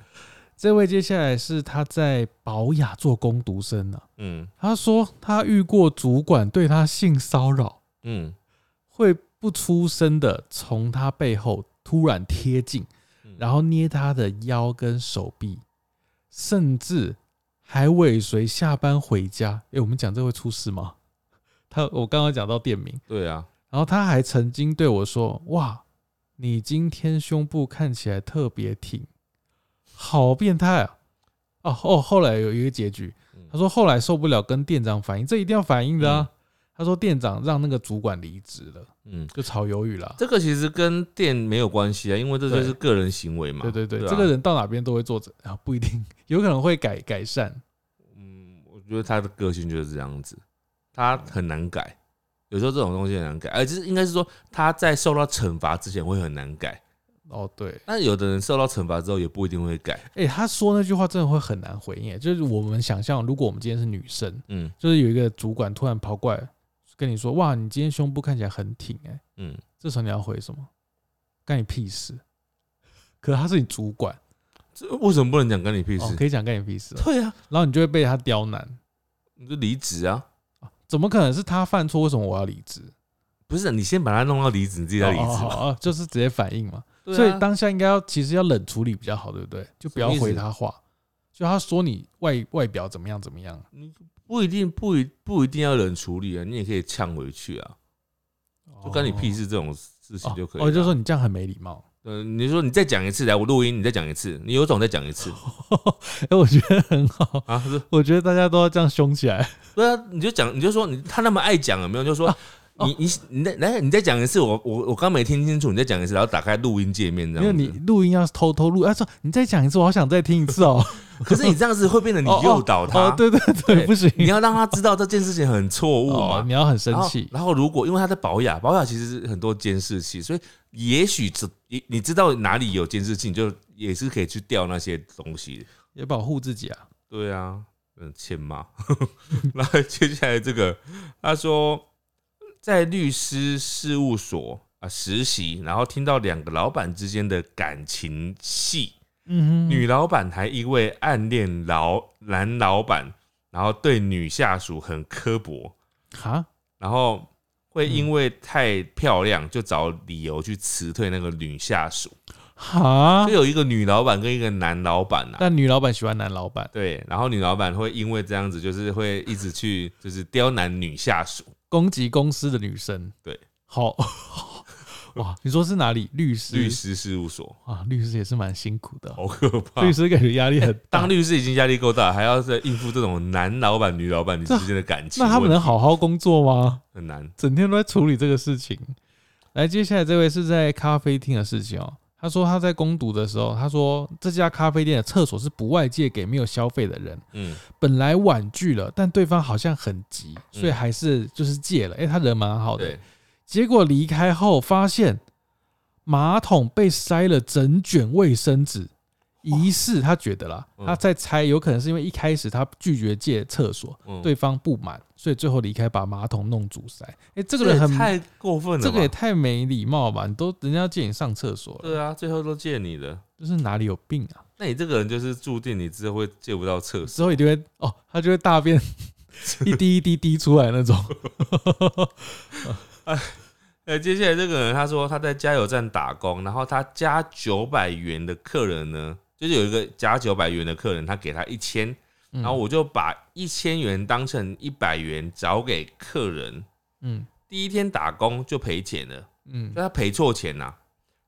Speaker 1: 这位接下来是他在保雅做工读生呢、啊
Speaker 2: 嗯
Speaker 1: 他说他遇过主管对他性骚扰，
Speaker 2: 嗯
Speaker 1: 会不出声的从他背后突然贴近。
Speaker 2: 嗯，
Speaker 1: 然后捏他的腰跟手臂，甚至还尾随下班回家。诶，我们讲这会出事吗？他我刚刚讲到店名，
Speaker 2: 对啊，
Speaker 1: 然后他还曾经对我说：“哇，你今天胸部看起来特别挺，好变态啊！”哦哦，后来有一个结局，他说后来受不了跟店长反映，这一定要反映的啊。他说店长让那个主管离职了，
Speaker 2: 嗯，
Speaker 1: 就炒鱿鱼了。
Speaker 2: 这个其实跟店没有关系啊，因为这就是
Speaker 1: 啊对
Speaker 2: 个人行为嘛。
Speaker 1: 对对对，
Speaker 2: 啊
Speaker 1: 这个人到哪边都会做这 (laughs) 啊，不一定，有可能会改改善。
Speaker 2: 嗯，我觉得他的个性就是这样子，他很难改。呃有时候这种东西很难改，而就是应该是说他在受到惩罚之前会很难改，
Speaker 1: 哦，对，
Speaker 2: 但有的人受到惩罚之后也不一定会改。
Speaker 1: 哎、他说那句话真的会很难回应耶。就是我们想象，如果我们今天是女生，
Speaker 2: 嗯
Speaker 1: 就是有一个主管突然跑过来跟你说：“哇，你今天胸部看起来很挺。”哎，
Speaker 2: 嗯，
Speaker 1: 这时候你要回什么？干你屁事！可是他是你主管，
Speaker 2: 这为什么不能讲干你屁事？
Speaker 1: 哦，可以讲干你屁事哦，
Speaker 2: 对啊，
Speaker 1: 然后你就会被他刁难。
Speaker 2: 你就离职啊。
Speaker 1: 啊怎么可能是他犯错？为什么我要离职？
Speaker 2: 不是，你先把他弄到离职，你自己再离
Speaker 1: 哦
Speaker 2: 职啊
Speaker 1: 哦
Speaker 2: 吧。
Speaker 1: 哦哦就是直接反应嘛。
Speaker 2: 对啊
Speaker 1: 所以当下应该要其实要冷处理比较好，对不对？就不要
Speaker 2: 什么意
Speaker 1: 回
Speaker 2: 思
Speaker 1: 他话，就他说你外外表怎么样怎么样。
Speaker 2: 不一定不一不一定要冷处理啊，你也可以呛回去啊，就干你屁事这种事情就可以了。
Speaker 1: 哦，就说你这样很没礼貌。 (laughs)
Speaker 2: 嗯，你说你再讲一次，来我录音，你再讲一次，你有种再讲一次
Speaker 1: 哎、我觉得很好，
Speaker 2: 啊？是
Speaker 1: 我觉得大家都要这样凶起来。
Speaker 2: 对啊，你就讲，你就说你他那么爱讲有没有？就说
Speaker 1: 啊哦
Speaker 2: 你你你再来你再讲一次，我我我刚没听清楚，你再讲一次，然后打开录音界面这
Speaker 1: 没有
Speaker 2: 样
Speaker 1: 你
Speaker 2: 子。
Speaker 1: 录音要偷偷录，啊，说你再讲一次，我好想再听一次
Speaker 2: (laughs)
Speaker 1: 哦。
Speaker 2: 可是你这样子会变得你
Speaker 1: 哦哦
Speaker 2: 诱导
Speaker 1: 哦
Speaker 2: 他，，
Speaker 1: 对对对，
Speaker 2: 对
Speaker 1: 不 (laughs) 行，
Speaker 2: 你要让他知道这件事情很错误
Speaker 1: 哦
Speaker 2: 嘛，
Speaker 1: 你。要很
Speaker 2: 然
Speaker 1: 生
Speaker 2: 后
Speaker 1: 气。
Speaker 2: 然后如果因为他在保养，保养其实是很多监视器，所以也许这你你知道哪里有监视器，你就也是可以去调那些东西。
Speaker 1: 也保护自己啊。
Speaker 2: 对啊，嗯，欠骂。 (laughs) 然后接下来这个，他说在律师事务所啊实习，然后听到两个老板之间的感情戏，
Speaker 1: 嗯
Speaker 2: 女老板还因为暗恋老男老板，然后对女下属很刻薄，
Speaker 1: 哈，
Speaker 2: 然后会
Speaker 1: 嗯
Speaker 2: 因为太漂亮就找理由去辞退那个女下属。
Speaker 1: 哈
Speaker 2: 就，有一个女老板跟一个男老板啊，
Speaker 1: 但女老板喜欢男老板，
Speaker 2: 对，然后女老板会因为这样子，就是会一直去就是刁难女下属。
Speaker 1: 攻击公司的女生。
Speaker 2: 对，
Speaker 1: 好， (laughs) 哇，你说是哪里？律师，
Speaker 2: 律师事务所
Speaker 1: 啊，律师也是蛮辛苦的哦、
Speaker 2: 好可怕
Speaker 1: 律。师感觉压力很大。
Speaker 2: (laughs) 当律师已经压力够大，还要再应付这种男老板、女老板你之间的感情
Speaker 1: 那
Speaker 2: 问题，
Speaker 1: 他们能好好工作吗？
Speaker 2: 很难。
Speaker 1: 整天都在处理这个事情。来，接下来这位是在咖啡厅的事情哦。他说他在攻读的时候，他说这家咖啡店的厕所是不外借给没有消费的人。
Speaker 2: 嗯，
Speaker 1: 本来婉拒了，但对方好像很急，
Speaker 2: 嗯
Speaker 1: 所以还是就是借了。诶，他人蛮好的
Speaker 2: 对。，
Speaker 1: 结果离开后发现马桶被塞了整卷卫生纸，疑似他觉得啦，
Speaker 2: 嗯
Speaker 1: 他在猜有可能是因为一开始他拒绝借厕所，
Speaker 2: 嗯，
Speaker 1: 对方不满，所以最后离开把马桶弄阻塞。哎，这
Speaker 2: 这
Speaker 1: 个人
Speaker 2: 也
Speaker 1: 很
Speaker 2: 太过分了吧，
Speaker 1: 这个也太没礼貌吧？你都人家借你上厕所了，
Speaker 2: 对啊，最后都借你了。
Speaker 1: 这是哪里有病啊？
Speaker 2: 那你这个人就是注定你之后会借不到厕所，
Speaker 1: 之后一定会哦，他就会大
Speaker 2: (laughs)
Speaker 1: 便一滴一滴滴出来那种。
Speaker 2: 呃，接下来这个人他说他在加油站打工，然后他加九百元的客人呢，就是有一个加九百元的客人，他给他一千，
Speaker 1: 然
Speaker 2: 然后我就把一千元当成一百元找给客人。
Speaker 1: 嗯
Speaker 2: 第一天打工就赔钱了，
Speaker 1: 嗯
Speaker 2: 就他赔错钱呐、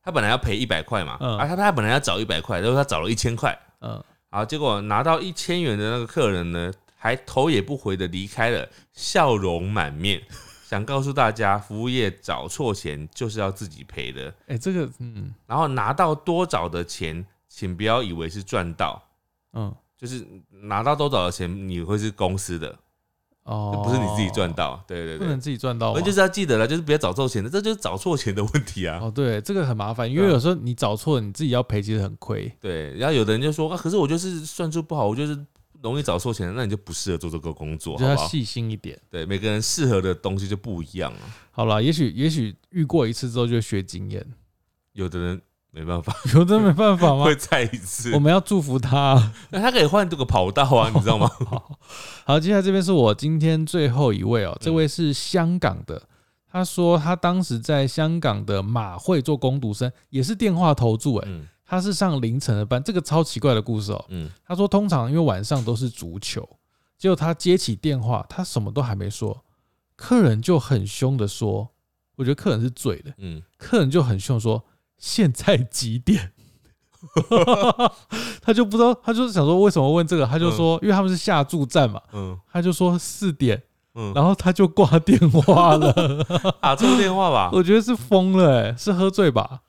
Speaker 2: 他本来要赔一百块嘛，
Speaker 1: 嗯
Speaker 2: 啊，他他本来要找一百块，结果他找了一千块，
Speaker 1: 嗯
Speaker 2: 好，结果拿到一千元的那个客人呢，还头也不回的离开了，笑容满面， (laughs) 想告诉大家，服务业找错钱就是要自己赔的，
Speaker 1: 哎，这个嗯
Speaker 2: 然后拿到多找的钱，请不要以为是赚到，
Speaker 1: 嗯
Speaker 2: 就是拿到多找的钱，你会是公司的，
Speaker 1: 哦
Speaker 2: 就，不是你自己赚，到，对对
Speaker 1: 不
Speaker 2: 对
Speaker 1: 能。自啊己赚到吗
Speaker 2: 而就？是要记得了，就是不要找错钱的，这就是找错钱的问题啊。
Speaker 1: 哦，对，这个很麻烦，因为
Speaker 2: 对啊
Speaker 1: 有时候你找错，你自己要赔，其实很亏。
Speaker 2: 对，然后有的人就说啊，可是我就是算术不好，我就是容易找错钱，那你就不适合做这个工作，
Speaker 1: 你就
Speaker 2: 哦好
Speaker 1: 要
Speaker 2: 不好？
Speaker 1: 细心一点。
Speaker 2: 对，每个人适合的东西就不一样啊了。
Speaker 1: 好了，也许也许遇过一次之后就会学经验， (laughs)
Speaker 2: 有的人没办法，
Speaker 1: 有的没办法吗
Speaker 2: (laughs) 会？再一次
Speaker 1: 我，们要祝福他啊。
Speaker 2: 那他可以换这个跑道啊，你知道吗？
Speaker 1: (laughs) 好，好，接下来这边是我今天最后一位哦，
Speaker 2: 嗯
Speaker 1: 这位是香港的，他说他当时在香港的马会做工读生，也是电话投注，哎，
Speaker 2: (laughs) 嗯
Speaker 1: 他是上凌晨的班，这个超奇怪的故事哦。
Speaker 2: 嗯，
Speaker 1: 他说通常因为晚上都是足球，结果他接起电话，他什么都还没说，客人就很凶的说，我觉得客人是醉的，
Speaker 2: 嗯，
Speaker 1: 客人就很凶地说：“现在几点？” (laughs) 他就不知道，他就是想说为什么问这个，他就说，因为他们是下注站嘛，
Speaker 2: 嗯
Speaker 1: 他就说四点，
Speaker 2: 嗯，
Speaker 1: 然后他就挂电话了。 (laughs)
Speaker 2: 打错电话吧？
Speaker 1: 我觉得是疯了、欸，是喝醉吧？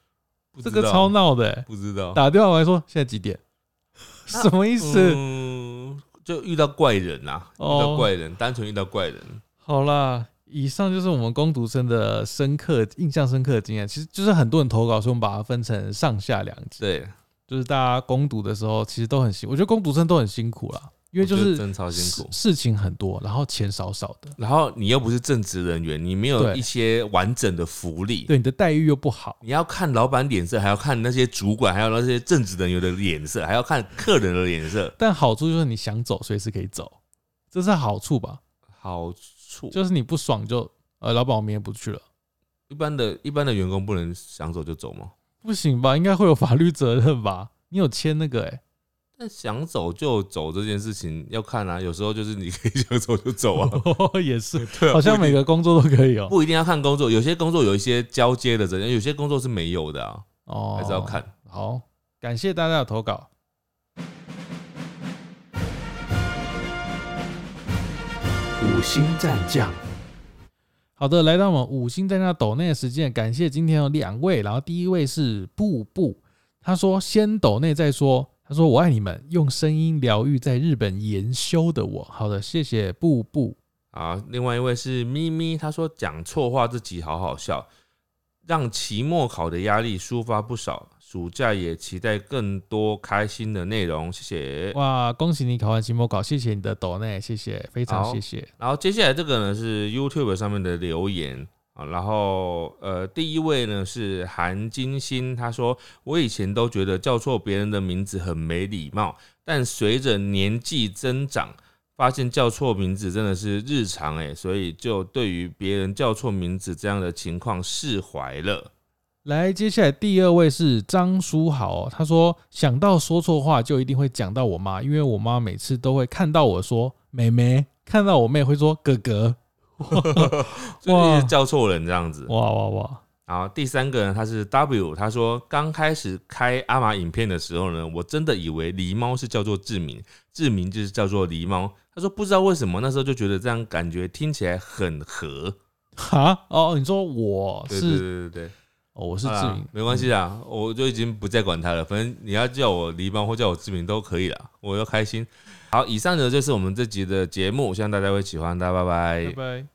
Speaker 2: 不
Speaker 1: 这
Speaker 2: 知
Speaker 1: 个
Speaker 2: 道哦
Speaker 1: 超闹的、欸，
Speaker 2: 不知道，
Speaker 1: 打电话来说现在几点？ (laughs) 什么意思？
Speaker 2: 嗯，就遇到怪人啦，遇
Speaker 1: 哦
Speaker 2: 到怪人，单纯遇到怪人，
Speaker 1: 好啦，以上就是我们攻读生的深刻、印象深刻的经验。其实就是很多人投稿，所以我们把它分成上下两集。
Speaker 2: 对，
Speaker 1: 就是大家攻读的时候，其实都很辛，我觉得攻读生都很辛苦啦，因为就
Speaker 2: 我觉
Speaker 1: 是
Speaker 2: 得真超辛苦
Speaker 1: 事。事情很多，然后钱少少的，
Speaker 2: 然后你又不是正职人员，你没有
Speaker 1: 对
Speaker 2: 一些完整的福利，
Speaker 1: 对你的待遇又不好。
Speaker 2: 你要看老板脸色，还要看那些主管，还有那些正职人员的脸色，还要看客人的脸色。
Speaker 1: 但好处就是你想走随时可以走，这是好处吧？
Speaker 2: 好处
Speaker 1: 就是你不爽就呃，老板我明天不去了，
Speaker 2: 一般的一般的员工不能想走就走吗？
Speaker 1: 不行吧？应该会有法律责任吧？你有签那
Speaker 2: (laughs)
Speaker 1: 个哎、
Speaker 2: 但想走就走这件事情要看啊，有时候就是你可以想走就
Speaker 3: (laughs)
Speaker 2: 走啊。
Speaker 1: 也是，
Speaker 2: 对啊，
Speaker 1: 好像每个工作都可以哦、
Speaker 2: 不一定要看工作，有些工作有一些交接的责任，有些工作是没有的啊，
Speaker 1: 哦，
Speaker 2: 还是要看。
Speaker 1: 好，感谢大家的投稿。
Speaker 3: 五星战将，
Speaker 1: 好的，来到我们五星在那抖内的时间，感谢今天有两位，然后第一位是布布，他说先抖内再说，他说我爱你们，用声音疗愈在日本研修的我。好的，谢谢布布。
Speaker 2: 啊，另外一位是咪咪，他说讲错话这集好好笑，让期末考的压力抒发不少，暑假也期待更多开心的内容，谢谢。
Speaker 1: 哇，恭喜你考完期末考，谢谢你的抖内，谢谢，非常
Speaker 2: 好
Speaker 1: 谢谢。
Speaker 2: 然后接下来这个呢是 YouTube 上面的留言啊，然后呃，第一位呢是韩金星，他说我以前都觉得叫错别人的名字很没礼貌，但随着年纪增长。发现叫错名字真的是日常诶、所以就对于别人叫错名字这样的情况释怀了。
Speaker 1: 来，接下来第二位是张书豪哦，他说想到说错话就一定会讲到我妈，因为我妈每次都会看到我说妹妹，看到我妹会说哥哥，
Speaker 2: 就一直叫错人这样子。
Speaker 1: 哇哇哇！
Speaker 2: 然后第三个呢，他是 W，他说刚开始开阿玛影片的时候呢，我真的以为狸猫是叫做志明，志明就是叫做狸猫。他说不知道为什么那时候就觉得这样感觉听起来很合。
Speaker 1: 哈哦，你说我
Speaker 2: 对
Speaker 1: 是
Speaker 2: 对啊对对对，
Speaker 1: 哦，我是
Speaker 2: 好
Speaker 1: 志
Speaker 2: 啦
Speaker 1: 明，嗯
Speaker 2: 没关系啦，我就已经不再管他了。反正你要叫我狸猫或叫我志明都可以啦，我都开心。好，以上呢就是我们这集的节目，希望大家会喜欢，大家拜拜
Speaker 1: 拜拜。